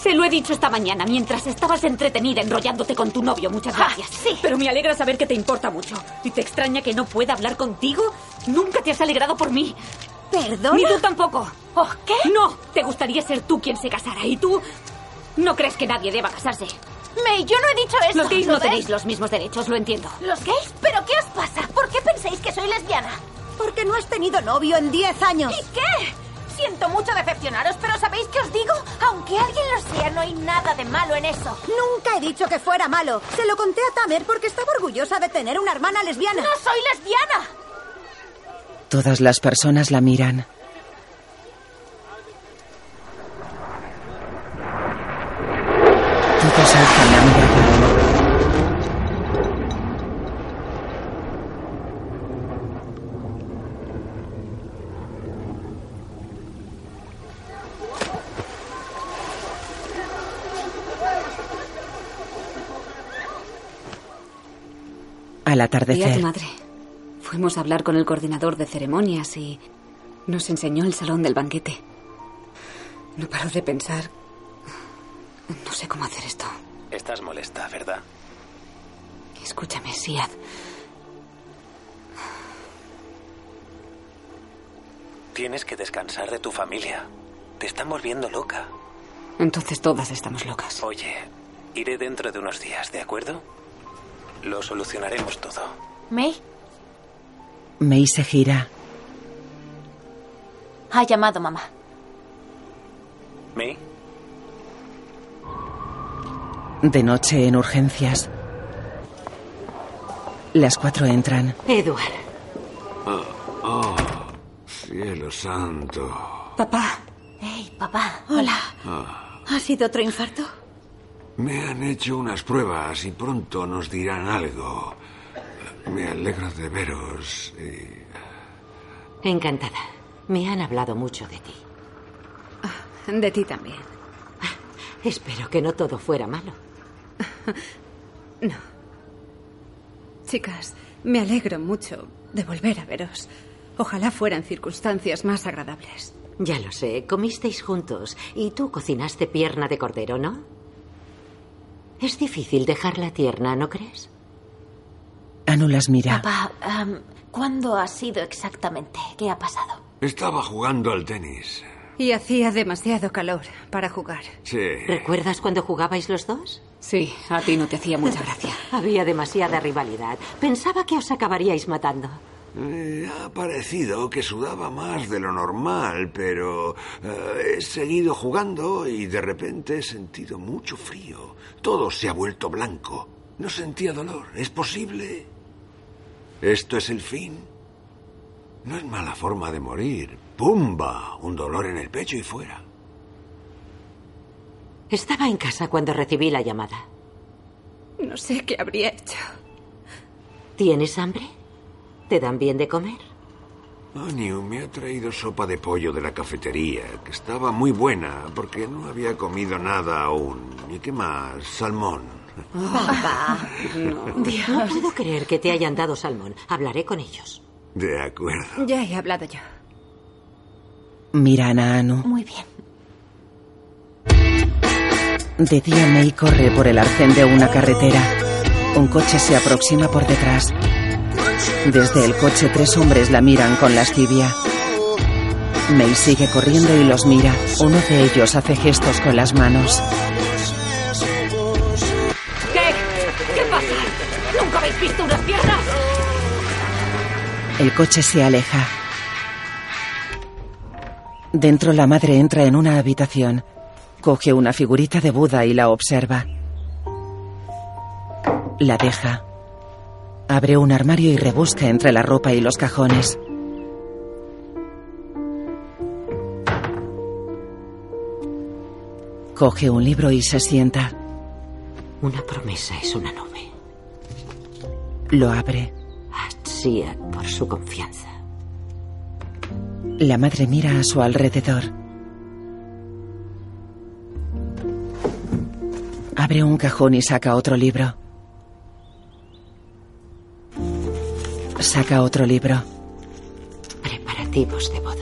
S4: Se lo he dicho esta mañana mientras estabas entretenida enrollándote con tu novio. Muchas
S5: Ah,
S4: gracias. sí. Pero me alegra saber que te importa mucho. ¿Y te extraña que no pueda hablar contigo? Nunca te has alegrado por mí.
S6: ¿Perdona?
S4: Ni tú tampoco. ¿Oh, qué? No, te gustaría ser tú quien se casara. ¿Y tú? ¿No crees que nadie deba casarse?
S5: May, yo no he dicho eso.
S4: Los gays no
S5: ¿Lo ves?
S4: tenéis los mismos derechos, lo entiendo.
S5: ¿Los gays? ¿Pero qué os pasa? ¿Por qué pensáis que soy lesbiana?
S6: Porque no has tenido novio en 10 años.
S5: ¿Y qué? Siento mucho decepcionaros, pero ¿sabéis qué os digo? Aunque alguien lo sea, no hay nada de malo en eso.
S6: Nunca he dicho que fuera malo. Se lo conté a Tamer porque estaba orgullosa de tener una hermana lesbiana.
S5: ¡No soy lesbiana!
S1: Todas las personas la miran. Todos alzan la mirada. Al
S4: Día a tu
S1: atardecer,
S4: madre. Fuimos a hablar con el coordinador de ceremonias y nos enseñó el salón del banquete. No paro de pensar. No sé cómo hacer esto.
S3: Estás molesta, ¿verdad?
S4: Escúchame, Siad.
S3: Tienes que descansar de tu familia. Te están volviendo loca.
S4: Entonces todas estamos locas.
S3: Oye, iré dentro de unos días, ¿de acuerdo? Lo solucionaremos todo.
S5: May,
S1: May se gira.
S21: Ha llamado mamá.
S3: ¿Me?
S1: De noche en urgencias. Las cuatro entran.
S7: Edward.
S11: Oh, oh, cielo santo.
S6: Papá.
S21: Hey, papá.
S6: Hola.
S11: Ah,
S6: ¿Ha sido otro infarto?
S11: me han hecho unas pruebas y pronto nos dirán algo. Me alegro de veros. y-
S7: Encantada. Me han hablado mucho de ti.
S4: Ah,
S8: De ti también.
S7: Espero que no todo fuera malo.
S8: No. Chicas, me alegro mucho de volver a veros. Ojalá fueran circunstancias más agradables.
S7: Ya lo sé, comisteis juntos y tú cocinaste pierna de cordero, ¿no? Es difícil dejarla tierna, ¿no crees?
S1: Anu las mira.
S21: Papá, am, ¿cuándo ha sido exactamente? ¿Qué ha pasado?
S11: Estaba jugando al tenis.
S8: Y hacía demasiado calor para jugar.
S11: Sí.
S7: ¿Recuerdas cuando jugabais los dos?
S4: Sí, a ti no te hacía mucha gracia.
S7: Había demasiada rivalidad. Pensaba que os acabaríais matando.
S11: Eh, ha parecido que sudaba más de lo normal, pero eh, he seguido jugando y de repente he sentido mucho frío. Todo se ha vuelto blanco. No sentía dolor. ¿Es posible? ¿Esto es el fin? No es mala forma de morir. ¡Pumba! Un dolor en el pecho y fuera.
S7: Estaba en casa cuando recibí la llamada.
S8: No sé qué habría hecho.
S7: ¿Tienes hambre? ¿Te dan bien de comer?
S11: Aniu me ha traído sopa de pollo de la cafetería, que estaba muy buena porque no había comido nada aún. ¿Y qué más? Salmón.
S7: Papá. No. no puedo creer que te hayan dado salmón. Hablaré con ellos.
S11: De acuerdo.
S8: Ya he hablado yo.
S1: Miran a Anu.
S21: Muy bien.
S1: De día May corre por el arcén de una carretera. Un coche se aproxima por detrás. Desde el coche tres hombres la miran con lascivia. May sigue corriendo y los mira. Uno de ellos hace gestos con las manos.
S5: ¿Qué? ¿Qué pasa? ¿Nunca habéis visto unas piernas?
S1: El coche se aleja. Dentro la madre entra en una habitación. Coge una figurita de Buda y la observa. La deja. Abre un armario y rebusca entre la ropa y los cajones. Coge un libro y se sienta.
S7: Una promesa es una nube.
S1: Lo abre.
S7: Siad por su confianza.
S1: La madre mira a su alrededor. Abre un cajón y saca otro libro. Saca otro libro.
S7: Preparativos de boda.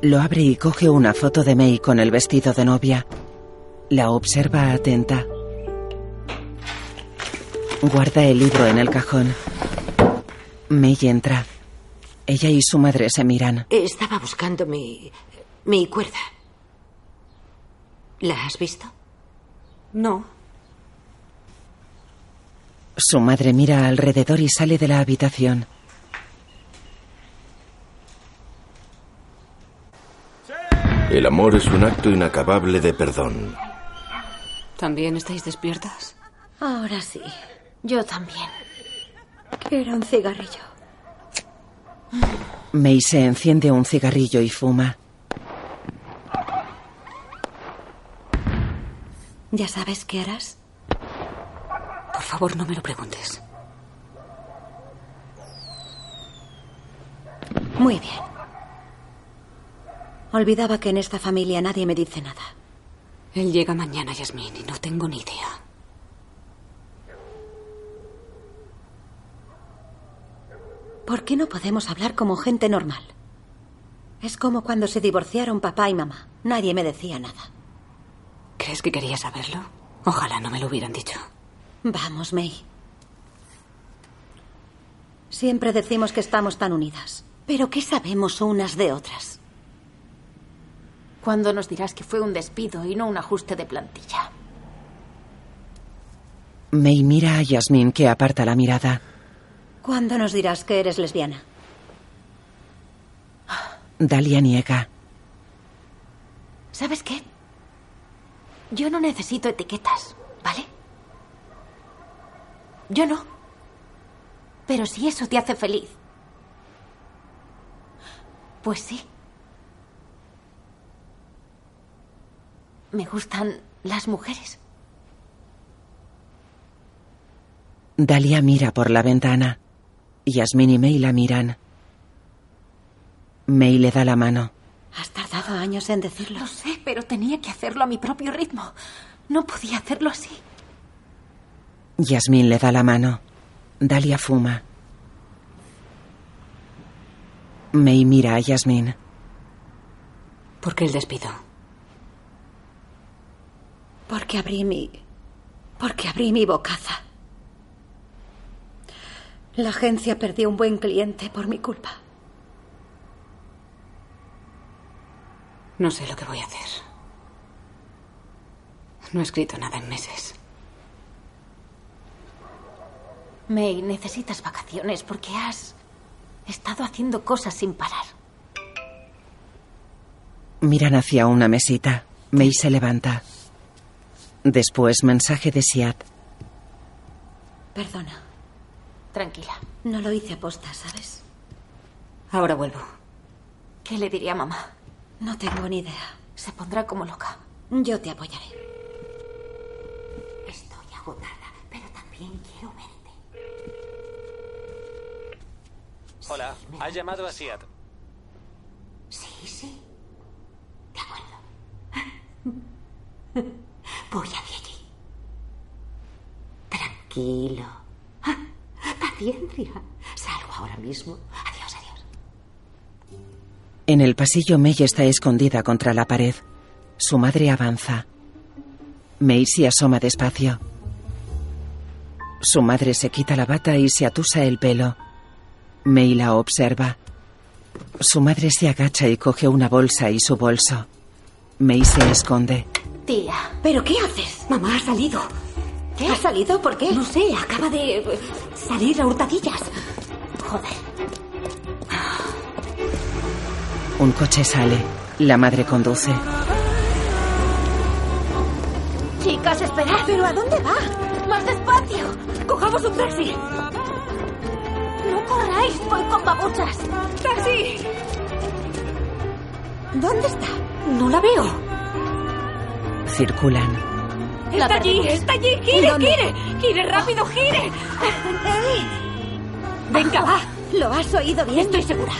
S1: Lo abre y coge una foto de May con el vestido de novia. La observa atenta. Guarda el libro en el cajón. May entra. Ella y su madre se miran.
S7: Estaba buscando mi. mi cuerda. ¿La has visto? No.
S1: Su madre mira alrededor y sale de la habitación.
S22: El amor es un acto inacabable de perdón.
S4: ¿También estáis despiertas?
S6: Ahora sí.
S21: Yo también.
S6: Quiero un cigarrillo.
S1: May se enciende un cigarrillo y fuma.
S6: ¿Ya sabes qué harás?
S4: Por favor, no me lo preguntes.
S6: Muy bien. Olvidaba que en esta familia nadie me dice nada.
S4: Él llega mañana, Yasmin, y no tengo ni idea.
S6: ¿Por qué no podemos hablar como gente normal? Es como cuando se divorciaron papá y mamá. Nadie me decía nada.
S4: ¿Crees que quería saberlo? Ojalá no me lo hubieran dicho.
S6: Vamos, May. Siempre decimos que estamos tan unidas. Pero ¿qué sabemos unas de otras?
S21: ¿Cuándo nos dirás que fue un despido y no un ajuste de plantilla?
S1: May mira a Yasmin que aparta la mirada.
S6: ¿Cuándo nos dirás que eres lesbiana?
S1: Dalia niega.
S6: ¿Sabes qué? Yo no necesito etiquetas, ¿vale? Yo no. Pero si eso te hace feliz. Pues sí. Me gustan las mujeres.
S1: Dalia mira por la ventana. Yasmin y May la miran. May le da la mano.
S5: Has tardado años en decirlo.
S6: Lo sé, pero tenía que hacerlo a mi propio ritmo. No podía hacerlo así.
S1: Yasmin le da la mano. Dalia fuma. May mira a Yasmin.
S4: ¿Por qué el despido?
S5: Porque abrí mi. Porque abrí mi bocaza. La agencia perdió un buen cliente por mi culpa.
S4: No sé lo que voy a hacer. No he escrito nada en meses.
S6: May, necesitas vacaciones porque has estado haciendo cosas sin parar.
S1: Miran hacia una mesita. May se levanta. Después, mensaje de Siad.
S5: Perdona.
S6: Tranquila.
S5: No lo hice aposta, ¿sabes?
S4: Ahora vuelvo.
S6: ¿Qué le diría a mamá?
S5: No tengo ni idea.
S6: Se pondrá como loca.
S5: Yo te apoyaré.
S7: Estoy agotada, pero también quiero verte.
S3: Hola, has llamado a Siad.
S7: Sí, sí. De acuerdo. Voy hacia allí. Tranquilo.
S5: Ah.
S7: Paciencia. Salgo ahora mismo. Adiós, adiós.
S1: En el pasillo, May está escondida contra la pared. Su madre avanza. May se asoma despacio. Su madre se quita la bata y se atusa el pelo. May la observa. Su madre se agacha y coge una bolsa y su bolso. May se esconde.
S6: Tía.
S5: ¿Pero qué haces?
S7: Mamá ha salido.
S5: ¿Qué? ¿Ha salido? ¿Por qué?
S7: No sé, acaba de salir a hurtadillas.
S6: Joder.
S1: Un coche sale. La madre conduce.
S6: Chicas, esperad.
S5: ¿Pero a dónde va?
S6: Más despacio.
S7: Cojamos un taxi.
S6: No corráis, voy con babuchas.
S7: ¡Taxi!
S5: ¿Dónde está?
S7: No la veo.
S1: Circulan.
S7: La está perdimos. allí, está allí. Gire, gire. Gire rápido, gire.
S5: ¡Ey!
S7: Venga, va.
S5: Lo has oído bien.
S7: Estoy segura.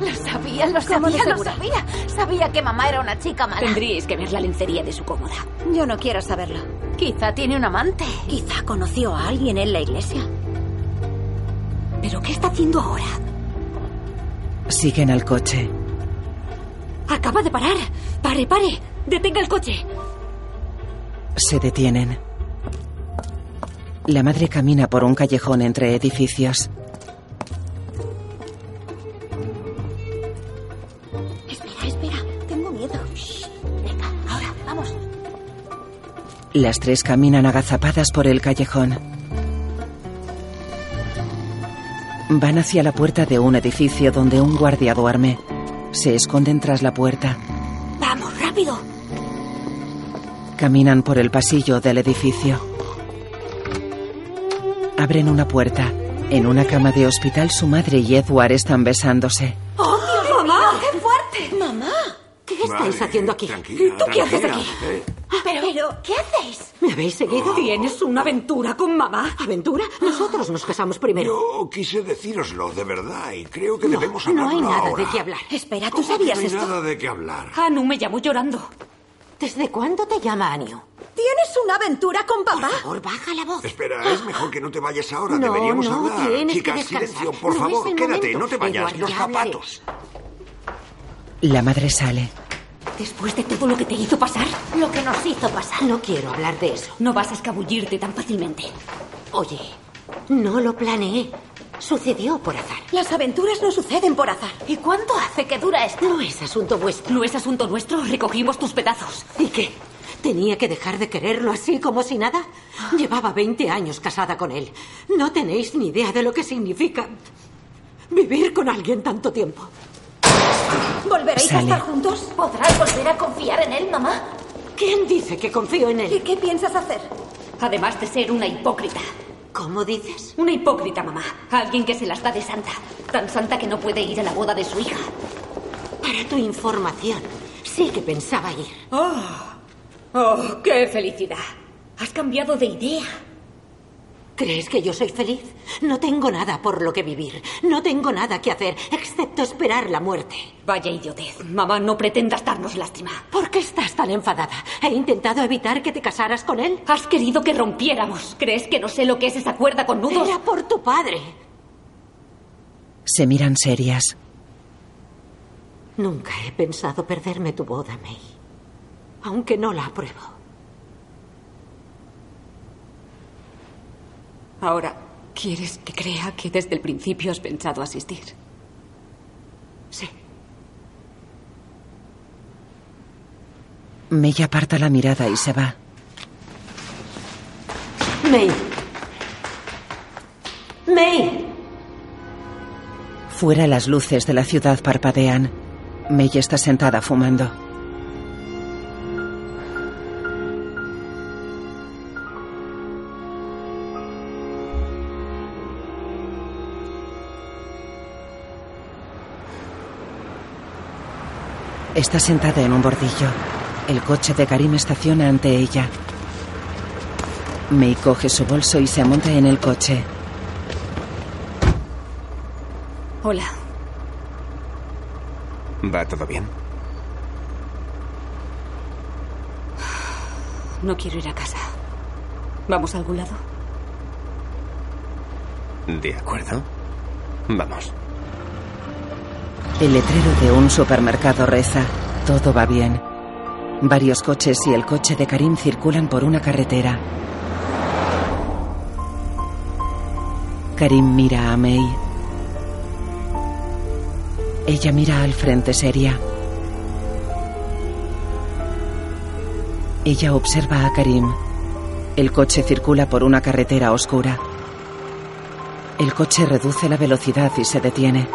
S6: Lo sabía, lo sabía, lo sabía. Sabía que mamá era una chica mala.
S4: Tendríais que ver la lencería de su cómoda.
S5: Yo no quiero saberlo.
S6: Quizá tiene un amante.
S5: Quizá conoció a alguien en la iglesia.
S7: ¿Pero qué está haciendo ahora?
S1: Siguen al coche.
S7: Acaba de parar. Pare, pare. Detenga el coche.
S1: Se detienen. La madre camina por un callejón entre edificios.
S5: Espera, espera, tengo miedo. Shh.
S6: Venga, ahora, vamos.
S1: Las tres caminan agazapadas por el callejón. Van hacia la puerta de un edificio donde un guardia duerme. Se esconden tras la puerta.
S7: ¡Vamos, rápido!
S1: Caminan por el pasillo del edificio. Abren una puerta. En una cama de hospital su madre y Edward están besándose.
S7: ¡Oh, Dios, mamá!
S5: ¡Qué fuerte!
S7: ¡Mamá! ¿Qué estáis
S11: Vale,
S7: haciendo aquí?
S11: tranquila,
S7: ¿Tú qué haces
S11: tranquila,
S7: aquí?
S11: eh.
S6: Pero, ¿qué hacéis?
S7: ¿Me habéis
S11: Oh.
S7: seguido? ¿Tienes una aventura con mamá? ¿Aventura? Nosotros nos casamos primero.
S11: Yo quise decíroslo de verdad y creo que debemos
S7: No
S11: hablarlo
S7: hay nada
S11: ahora.
S7: de qué hablar.
S5: Espera, ¿tú
S11: ¿Cómo que
S5: sabías
S11: no hay
S5: esto?
S11: nada de qué hablar.
S7: Anu me llamó llorando. ¿Desde cuándo te llama Anu?
S5: ¿Tienes una aventura con papá?
S7: Por favor, baja la voz.
S11: Espera, es mejor que no te vayas ahora.
S7: No,
S11: Deberíamos
S7: no,
S11: hablar.
S7: tienes que
S11: Chicas,
S7: descansar.
S11: silencio, por
S7: No es
S11: favor,
S7: el
S11: quédate,
S7: momento.
S11: no te vayas.
S7: Eduardo,
S11: Los
S7: ya hablaré.
S11: zapatos.
S1: La madre sale.
S7: Después de todo lo que te hizo pasar.
S4: Lo que nos hizo pasar.
S7: No quiero hablar de eso.
S4: No vas a escabullirte tan fácilmente.
S7: Oye, no lo planeé. Sucedió por azar.
S5: Las aventuras no suceden por azar.
S4: ¿Y cuánto hace que dura esto?
S7: No es asunto vuestro.
S4: No es asunto nuestro. Recogimos tus pedazos.
S7: ¿Y qué? ¿Tenía que dejar de quererlo así como si nada? Llevaba 20 años casada con él. No tenéis ni idea de lo que significa vivir con alguien tanto tiempo.
S5: ¿Volveréis
S1: Sale.
S5: a estar juntos?
S4: ¿Podrás volver a confiar en él, mamá?
S7: ¿Quién dice que confío en él?
S5: ¿Y qué piensas hacer?
S4: Además de ser una hipócrita.
S7: ¿Cómo dices?
S4: Una hipócrita, mamá. Alguien que se las da de santa. Tan santa que no puede ir a la boda de su hija.
S7: Para tu información, sí que pensaba ir.
S4: ¡Oh! ¡Oh, qué felicidad! Has cambiado de idea.
S7: ¿Crees que yo soy feliz? No tengo nada por lo que vivir. No tengo nada que hacer, excepto esperar la muerte.
S4: Vaya idiotez. Mamá, no pretendas darnos lástima.
S7: ¿Por qué estás tan enfadada? ¿He intentado evitar que te casaras con él?
S4: Has querido que rompiéramos. ¿Crees que no sé lo que es esa cuerda con nudos?
S7: Era por tu padre.
S1: Se miran serias.
S7: Nunca he pensado perderme tu boda, May. Aunque no la apruebo.
S4: Ahora, ¿quieres que crea que desde el principio has pensado asistir?
S7: Sí.
S1: Mella aparta la mirada y se va.
S7: May. May.
S1: Fuera las luces de la ciudad parpadean. Mella está sentada fumando. Está sentada en un bordillo. El coche de Karim estaciona ante ella. May coge su bolso y se monta en el coche.
S4: Hola.
S13: ¿Va todo bien?
S4: No quiero ir a casa. ¿Vamos a algún lado?
S13: De acuerdo. Vamos.
S1: El letrero de un supermercado reza, todo va bien. Varios coches y el coche de Karim circulan por una carretera. Karim mira a May. Ella mira al frente seria. Ella observa a Karim. El coche circula por una carretera oscura. El coche reduce la velocidad y se detiene.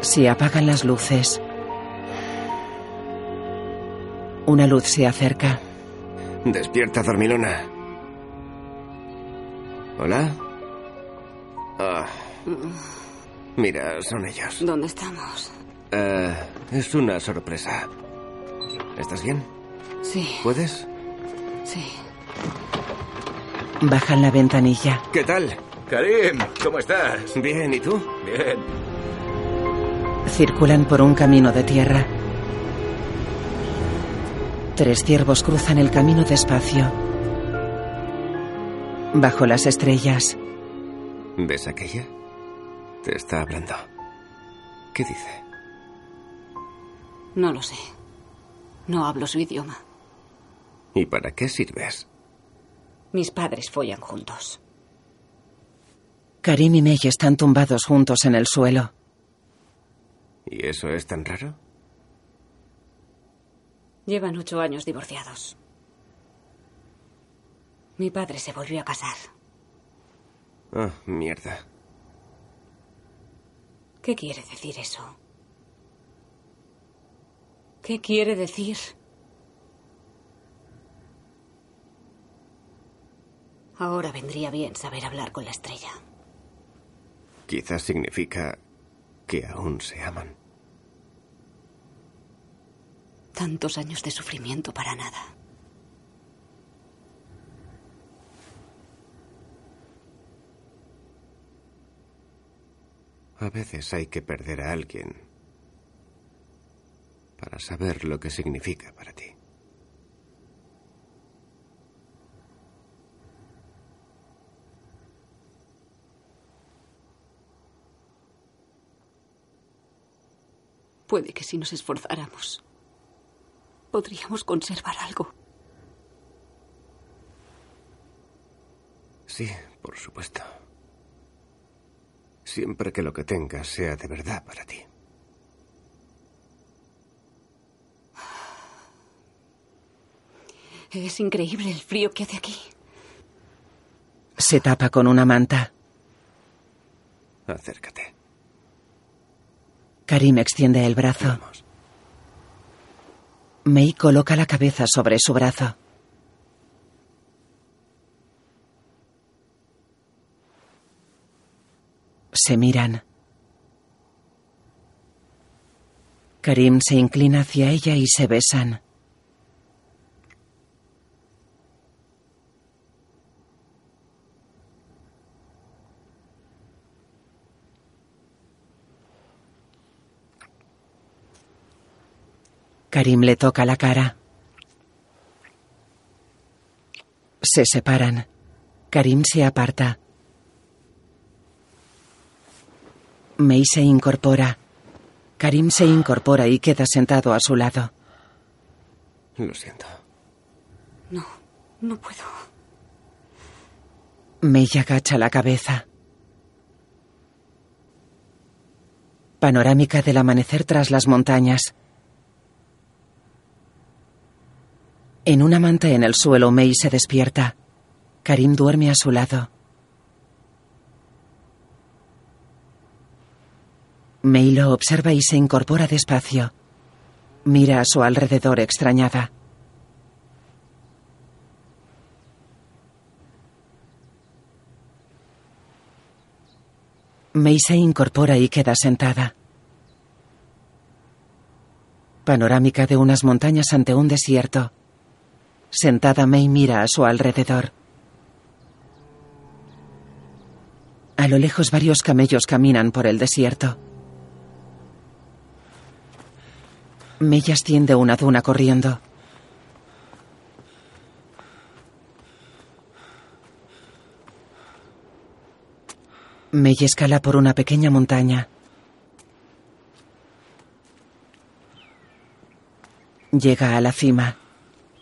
S1: Se apagan las luces. Una luz se acerca.
S13: Despierta, dormilona. ¿Hola? Ah, mira, son ellos.
S4: ¿Dónde estamos?
S13: Eh, es una sorpresa. ¿Estás bien?
S4: Sí,
S13: ¿Puedes?
S4: sí.
S1: Bajan la ventanilla.
S13: ¿Qué tal?
S2: Karim, ¿cómo estás?
S13: Bien, ¿y tú?
S2: Bien.
S1: Circulan por un camino de tierra. Tres ciervos cruzan el camino despacio. Bajo las estrellas,
S13: ¿Ves aquella? Te está hablando. ¿Qué dice?
S4: No lo sé. No hablo su idioma.
S13: ¿Y para qué sirves?
S4: Mis padres follan juntos.
S1: Karim y May están tumbados juntos en el suelo.
S13: ¿Y eso es tan raro?
S4: Llevan ocho años divorciados. Mi padre se volvió a casar.
S13: Ah, mierda.
S4: ¿Qué quiere decir eso? ¿Qué quiere decir? Ahora vendría bien saber hablar con la estrella.
S13: Quizás significa que aún se aman.
S4: Tantos años de sufrimiento para nada.
S13: A veces hay que perder a alguien para saber lo que significa para ti.
S4: Puede que si nos esforzáramos, podríamos conservar algo.
S13: Sí, por supuesto. Siempre que lo que tengas sea de verdad para ti.
S4: Es increíble el frío que hace aquí.
S1: se tapa con una manta.
S13: Acércate.
S1: Karim extiende el brazo. Mei coloca la cabeza sobre su brazo. Se miran. Karim se inclina hacia ella y se besan. Karim le toca la cara. Se separan. Karim se aparta. May se incorpora. Karim se incorpora y queda sentado a su lado.
S13: Lo siento.
S4: No, no puedo.
S1: May agacha la cabeza. Panorámica del amanecer tras las montañas. En una manta en el suelo, May se despierta. Karim duerme a su lado. May lo observa y se incorpora despacio. Mira a su alrededor extrañada. May se incorpora y queda sentada. Panorámica de unas montañas ante un desierto. Sentada May mira a su alrededor. A lo lejos varios camellos caminan por el desierto. May asciende una duna corriendo. May escala por una pequeña montaña. Llega a la cima.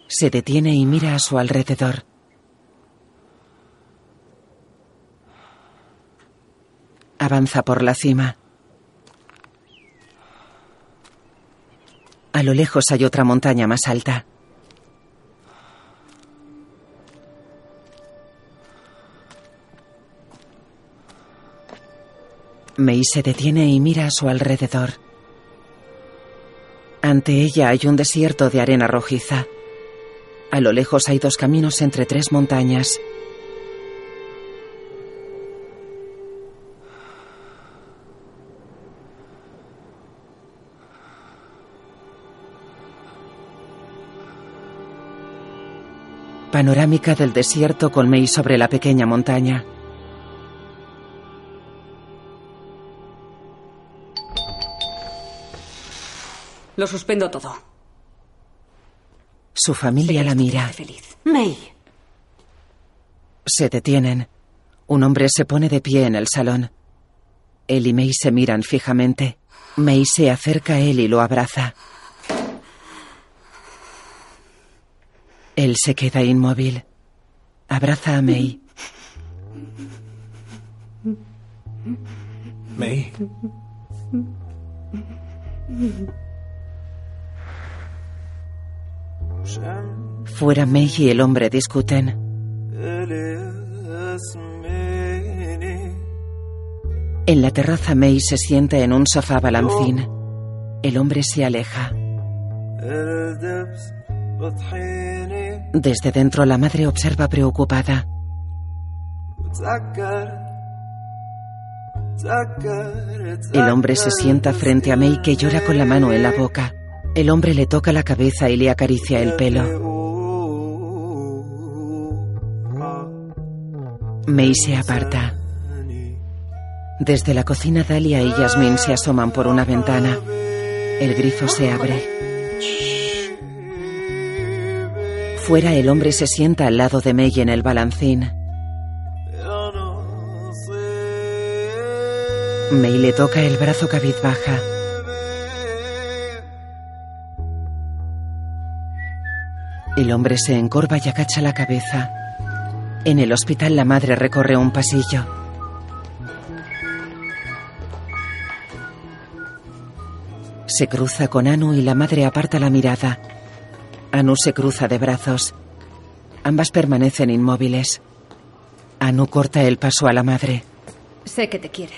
S1: Se detiene y mira a su alrededor. Avanza por la cima. A lo lejos hay otra montaña más alta. Mei se detiene y mira a su alrededor. Ante ella hay un desierto de arena rojiza. A lo lejos hay dos caminos entre tres montañas. Panorámica del desierto con May sobre la pequeña montaña.
S9: Lo suspendo todo.
S1: Su familia la mira.
S9: Feliz.
S7: May.
S1: Se detienen. Un hombre se pone de pie en el salón. Él y May se miran fijamente. May se acerca a él y lo abraza. Él se queda inmóvil. Abraza a May.
S19: May.
S1: Fuera May y el hombre discuten. En la terraza May se sienta en un sofá balancín. El hombre se aleja. Desde dentro la madre observa preocupada. El hombre se sienta frente a May que llora con la mano en la boca. El hombre le toca la cabeza y le acaricia el pelo. May se aparta. Desde la cocina Dalia y Yasmin se asoman por una ventana. El grifo se abre. Fuera el hombre se sienta al lado de May en el balancín. May le toca el brazo cabizbaja. El hombre se encorva y agacha la cabeza. En el hospital la madre recorre un pasillo. Se cruza con Anu y la madre aparta la mirada. Anu se cruza de brazos. Ambas permanecen inmóviles. Anu corta el paso a la madre.
S8: Sé que te quiere.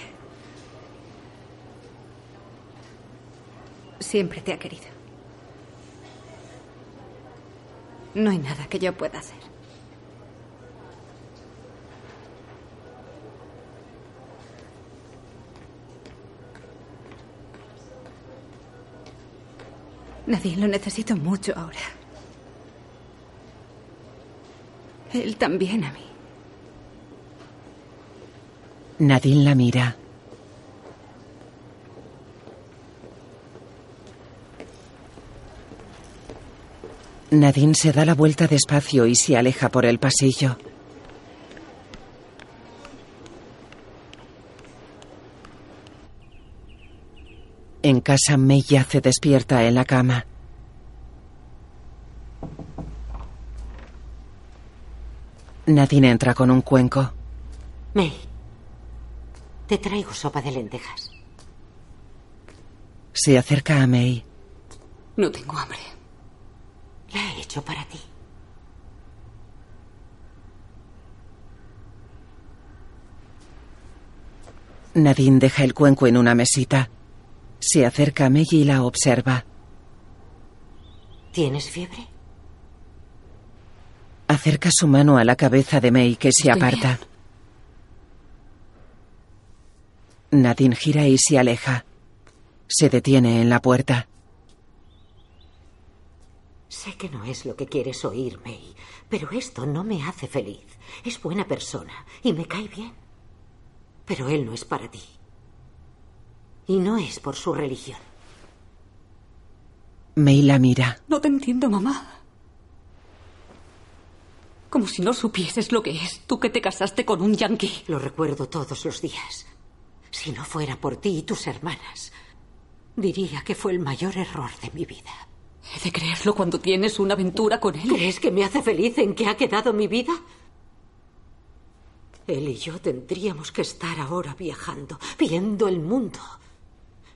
S8: Siempre te ha querido. No hay nada que yo pueda hacer. Nadie lo necesito mucho ahora. Él también a mí.
S1: Nadine la mira. Nadine se da la vuelta despacio y se aleja por el pasillo. En casa, May yace despierta en la cama. Nadine entra con un cuenco.
S7: May, te traigo sopa de lentejas.
S1: Se acerca a May.
S7: No tengo hambre. La he hecho para ti.
S1: Nadine deja el cuenco en una mesita. Se acerca a May y la observa.
S7: ¿Tienes fiebre?
S1: Acerca su mano a la cabeza de May que se aparta. Nadine gira y se aleja. Se detiene en la puerta.
S7: Sé que no es lo que quieres oír, May, pero esto no me hace feliz. Es buena persona y me cae bien. Pero él no es para ti. Y no es por su religión.
S1: May la mira.
S23: No te entiendo, mamá. Como si no supieses lo que es tú que te casaste con un yanqui.
S7: Lo recuerdo todos los días. Si no fuera por ti y tus hermanas, diría que fue el mayor error de mi vida.
S23: He de creerlo cuando tienes una aventura con él.
S7: ¿Crees que me hace feliz en que ha quedado mi vida? Él y yo tendríamos que estar ahora viajando, viendo el mundo,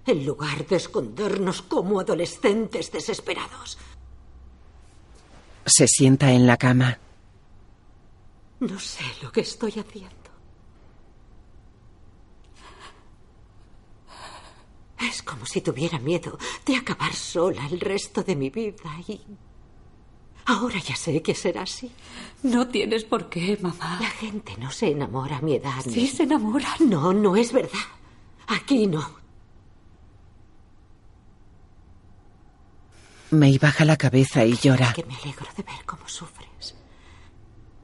S7: en lugar de escondernos como adolescentes desesperados.
S1: Se sienta en la cama.
S7: No sé lo que estoy haciendo. Es como si tuviera miedo de acabar sola el resto de mi vida y... Ahora ya sé que será así.
S23: No tienes por qué, mamá.
S7: La gente no se enamora a mi edad.
S23: Sí,
S7: ni-
S23: se enamoran.
S7: No, no es verdad. Aquí no.
S1: May baja la cabeza y llora.
S7: Que me alegro de ver cómo sufres.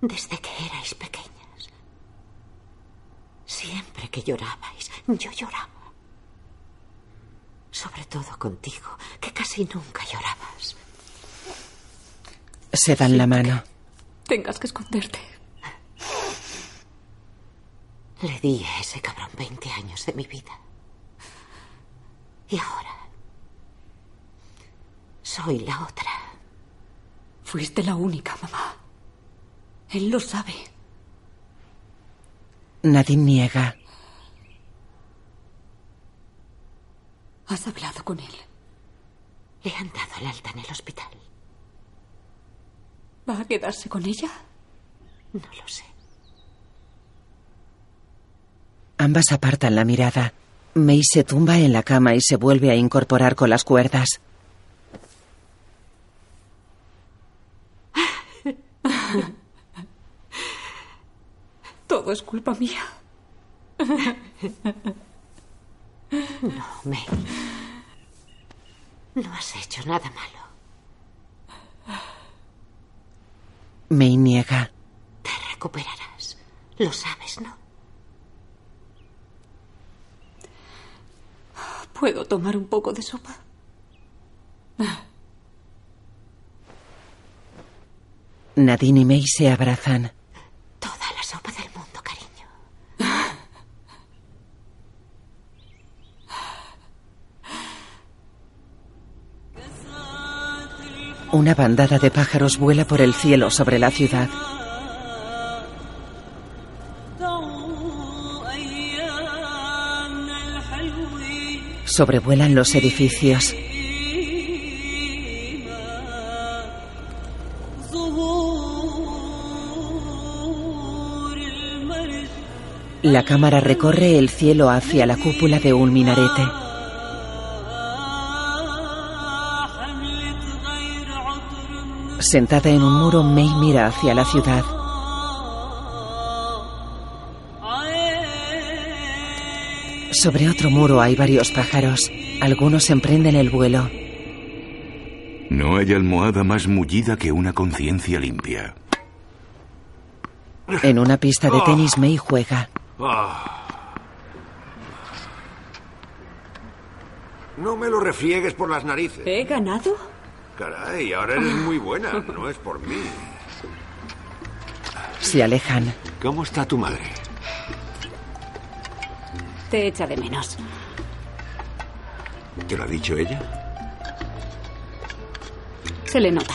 S7: Desde que erais pequeñas. Siempre que llorabais, yo lloraba. Sobre todo contigo, que casi nunca llorabas.
S1: Se dan la mano.
S23: Tengas que esconderte.
S7: Le di a ese cabrón 20 años de mi vida. Y ahora. Soy la otra.
S23: Fuiste la única, mamá. Él lo sabe.
S1: Nadine niega.
S23: Has hablado con él.
S7: Le han dado el alta en el hospital.
S23: ¿Va a quedarse con ella?
S7: No lo sé.
S1: Ambas apartan la mirada. May se tumba en la cama y se vuelve a incorporar con las cuerdas.
S23: Todo es culpa mía.
S7: No, May. No has hecho nada malo.
S1: May niega.
S7: Recuperarás. Lo sabes, ¿no?
S23: ¿Puedo tomar un poco de sopa?
S1: Nadine y May se abrazan.
S7: Toda la sopa del mundo, cariño.
S1: Una bandada de pájaros vuela por el cielo sobre la ciudad. Sobrevuelan los edificios. La cámara recorre el cielo hacia la cúpula de un minarete. Sentada en un muro, May mira hacia la ciudad. Sobre otro muro hay varios pájaros. Algunos emprenden el vuelo.
S10: No hay almohada más mullida que una conciencia limpia.
S1: En una pista de tenis, May juega.
S11: Ah. No me lo refriegues por las narices.
S9: ¿He ganado?
S11: Caray, ahora eres muy buena. No es por mí.
S1: Se alejan.
S11: ¿Cómo está tu madre?
S4: Te echa de menos.
S11: ¿Te lo ha dicho ella?
S4: Se le nota.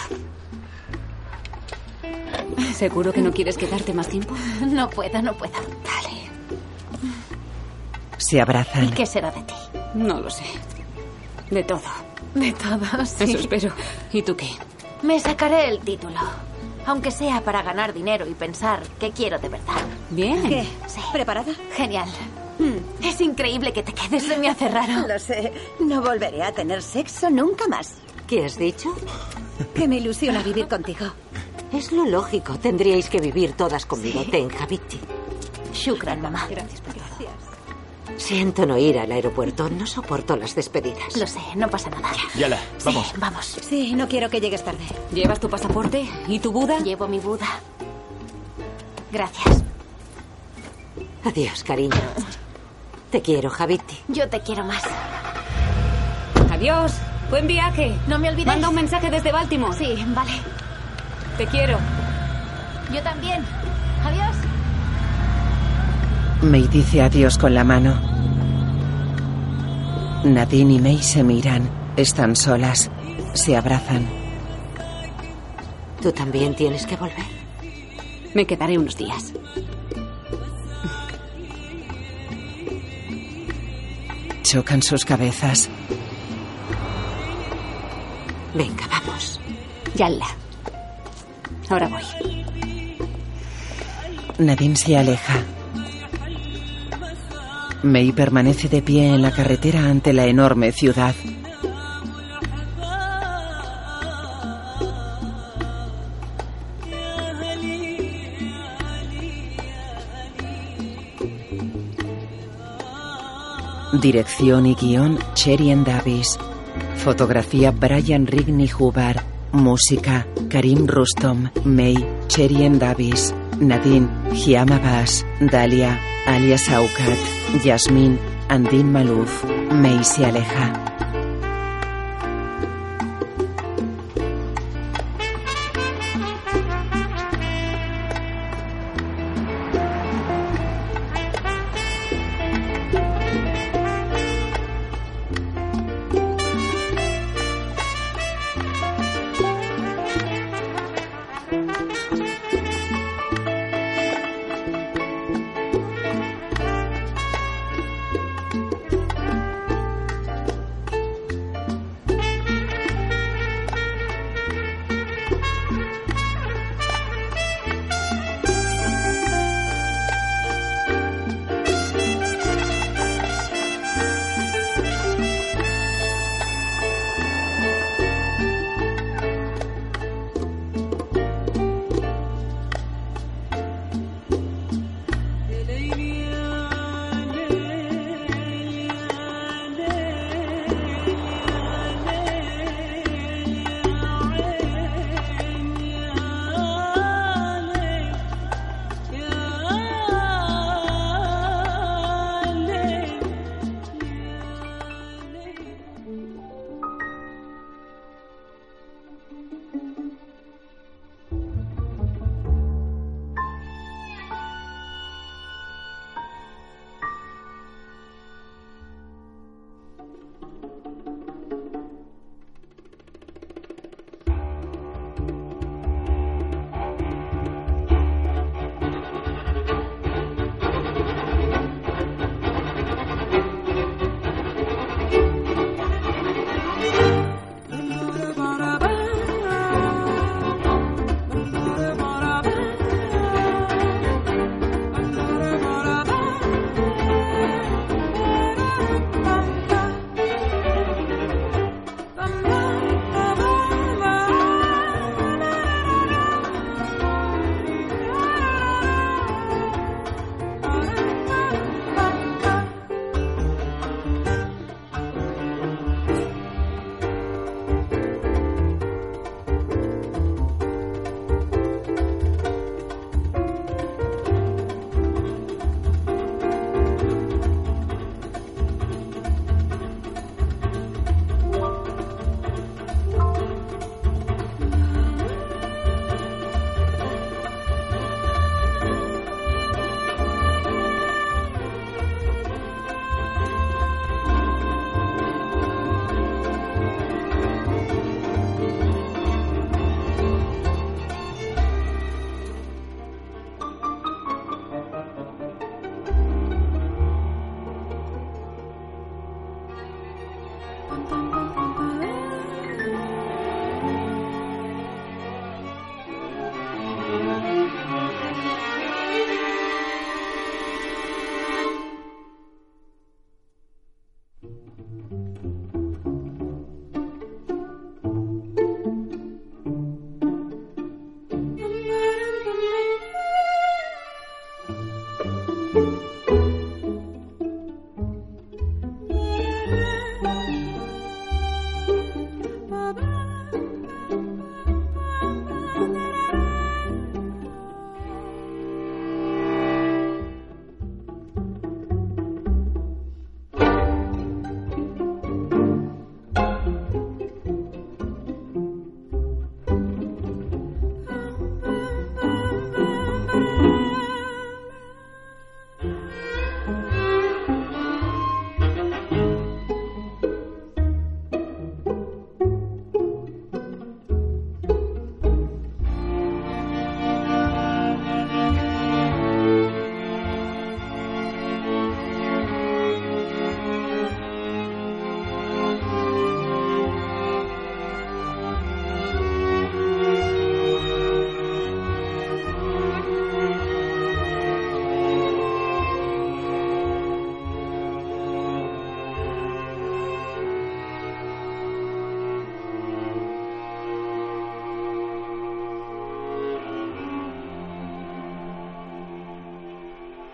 S4: ¿Seguro que no quieres quedarte más tiempo?
S6: No puedo, no puedo.
S4: Vale.
S1: Se abrazan.
S6: ¿Y qué será de ti?
S4: No lo sé. De todo.
S6: De todo, sí.
S4: Eso espero. ¿Y tú qué?
S6: Me sacaré el título. Aunque sea para ganar dinero y pensar que quiero de verdad.
S4: Bien.
S5: ¿Qué? Sí. ¿Preparada? Mm.
S6: Genial. Es increíble que te quedes, se me hace raro.
S5: Lo sé. No volveré a tener sexo nunca más.
S7: ¿Qué has dicho?
S5: Que me ilusiona vivir contigo.
S7: Es lo lógico. Tendríais que vivir todas conmigo. Te enjabiti.
S6: Shukran, mamá.
S7: Gracias por todo. Siento no ir al aeropuerto. No soporto las despedidas.
S6: Lo sé, no pasa nada.
S19: Yala, vamos.
S6: Sí, vamos.
S5: Sí, no quiero que llegues tarde.
S4: ¿Llevas tu pasaporte y tu Buda?
S6: Llevo mi Buda. Gracias.
S7: Adiós, cariño. Te quiero, Javiti.
S6: Yo te quiero más.
S4: Adiós. Buen viaje.
S6: No me olvides.
S4: Manda un mensaje desde Baltimore.
S6: Sí, vale.
S4: Te quiero.
S6: Yo también. Adiós.
S1: May dice adiós con la mano. Nadine y May se miran. Están solas. Se abrazan.
S7: ¿Tú también tienes que volver?
S4: Me quedaré unos días.
S1: Chocan sus cabezas.
S7: Venga, vamos.
S4: Yalla. Ahora voy.
S1: Nadine se aleja. May permanece de pie en la carretera ante la enorme ciudad. Dirección y guión Cherien Davis. Fotografía Brian Rigney Hubbard. Música Karim Rustom, May, Cherien Davis, Nadine, Giama Bass, Dalia, alias Aukat, Yasmin, Andin Malouf. May se aleja.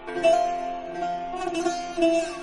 S5: Thank you. 음.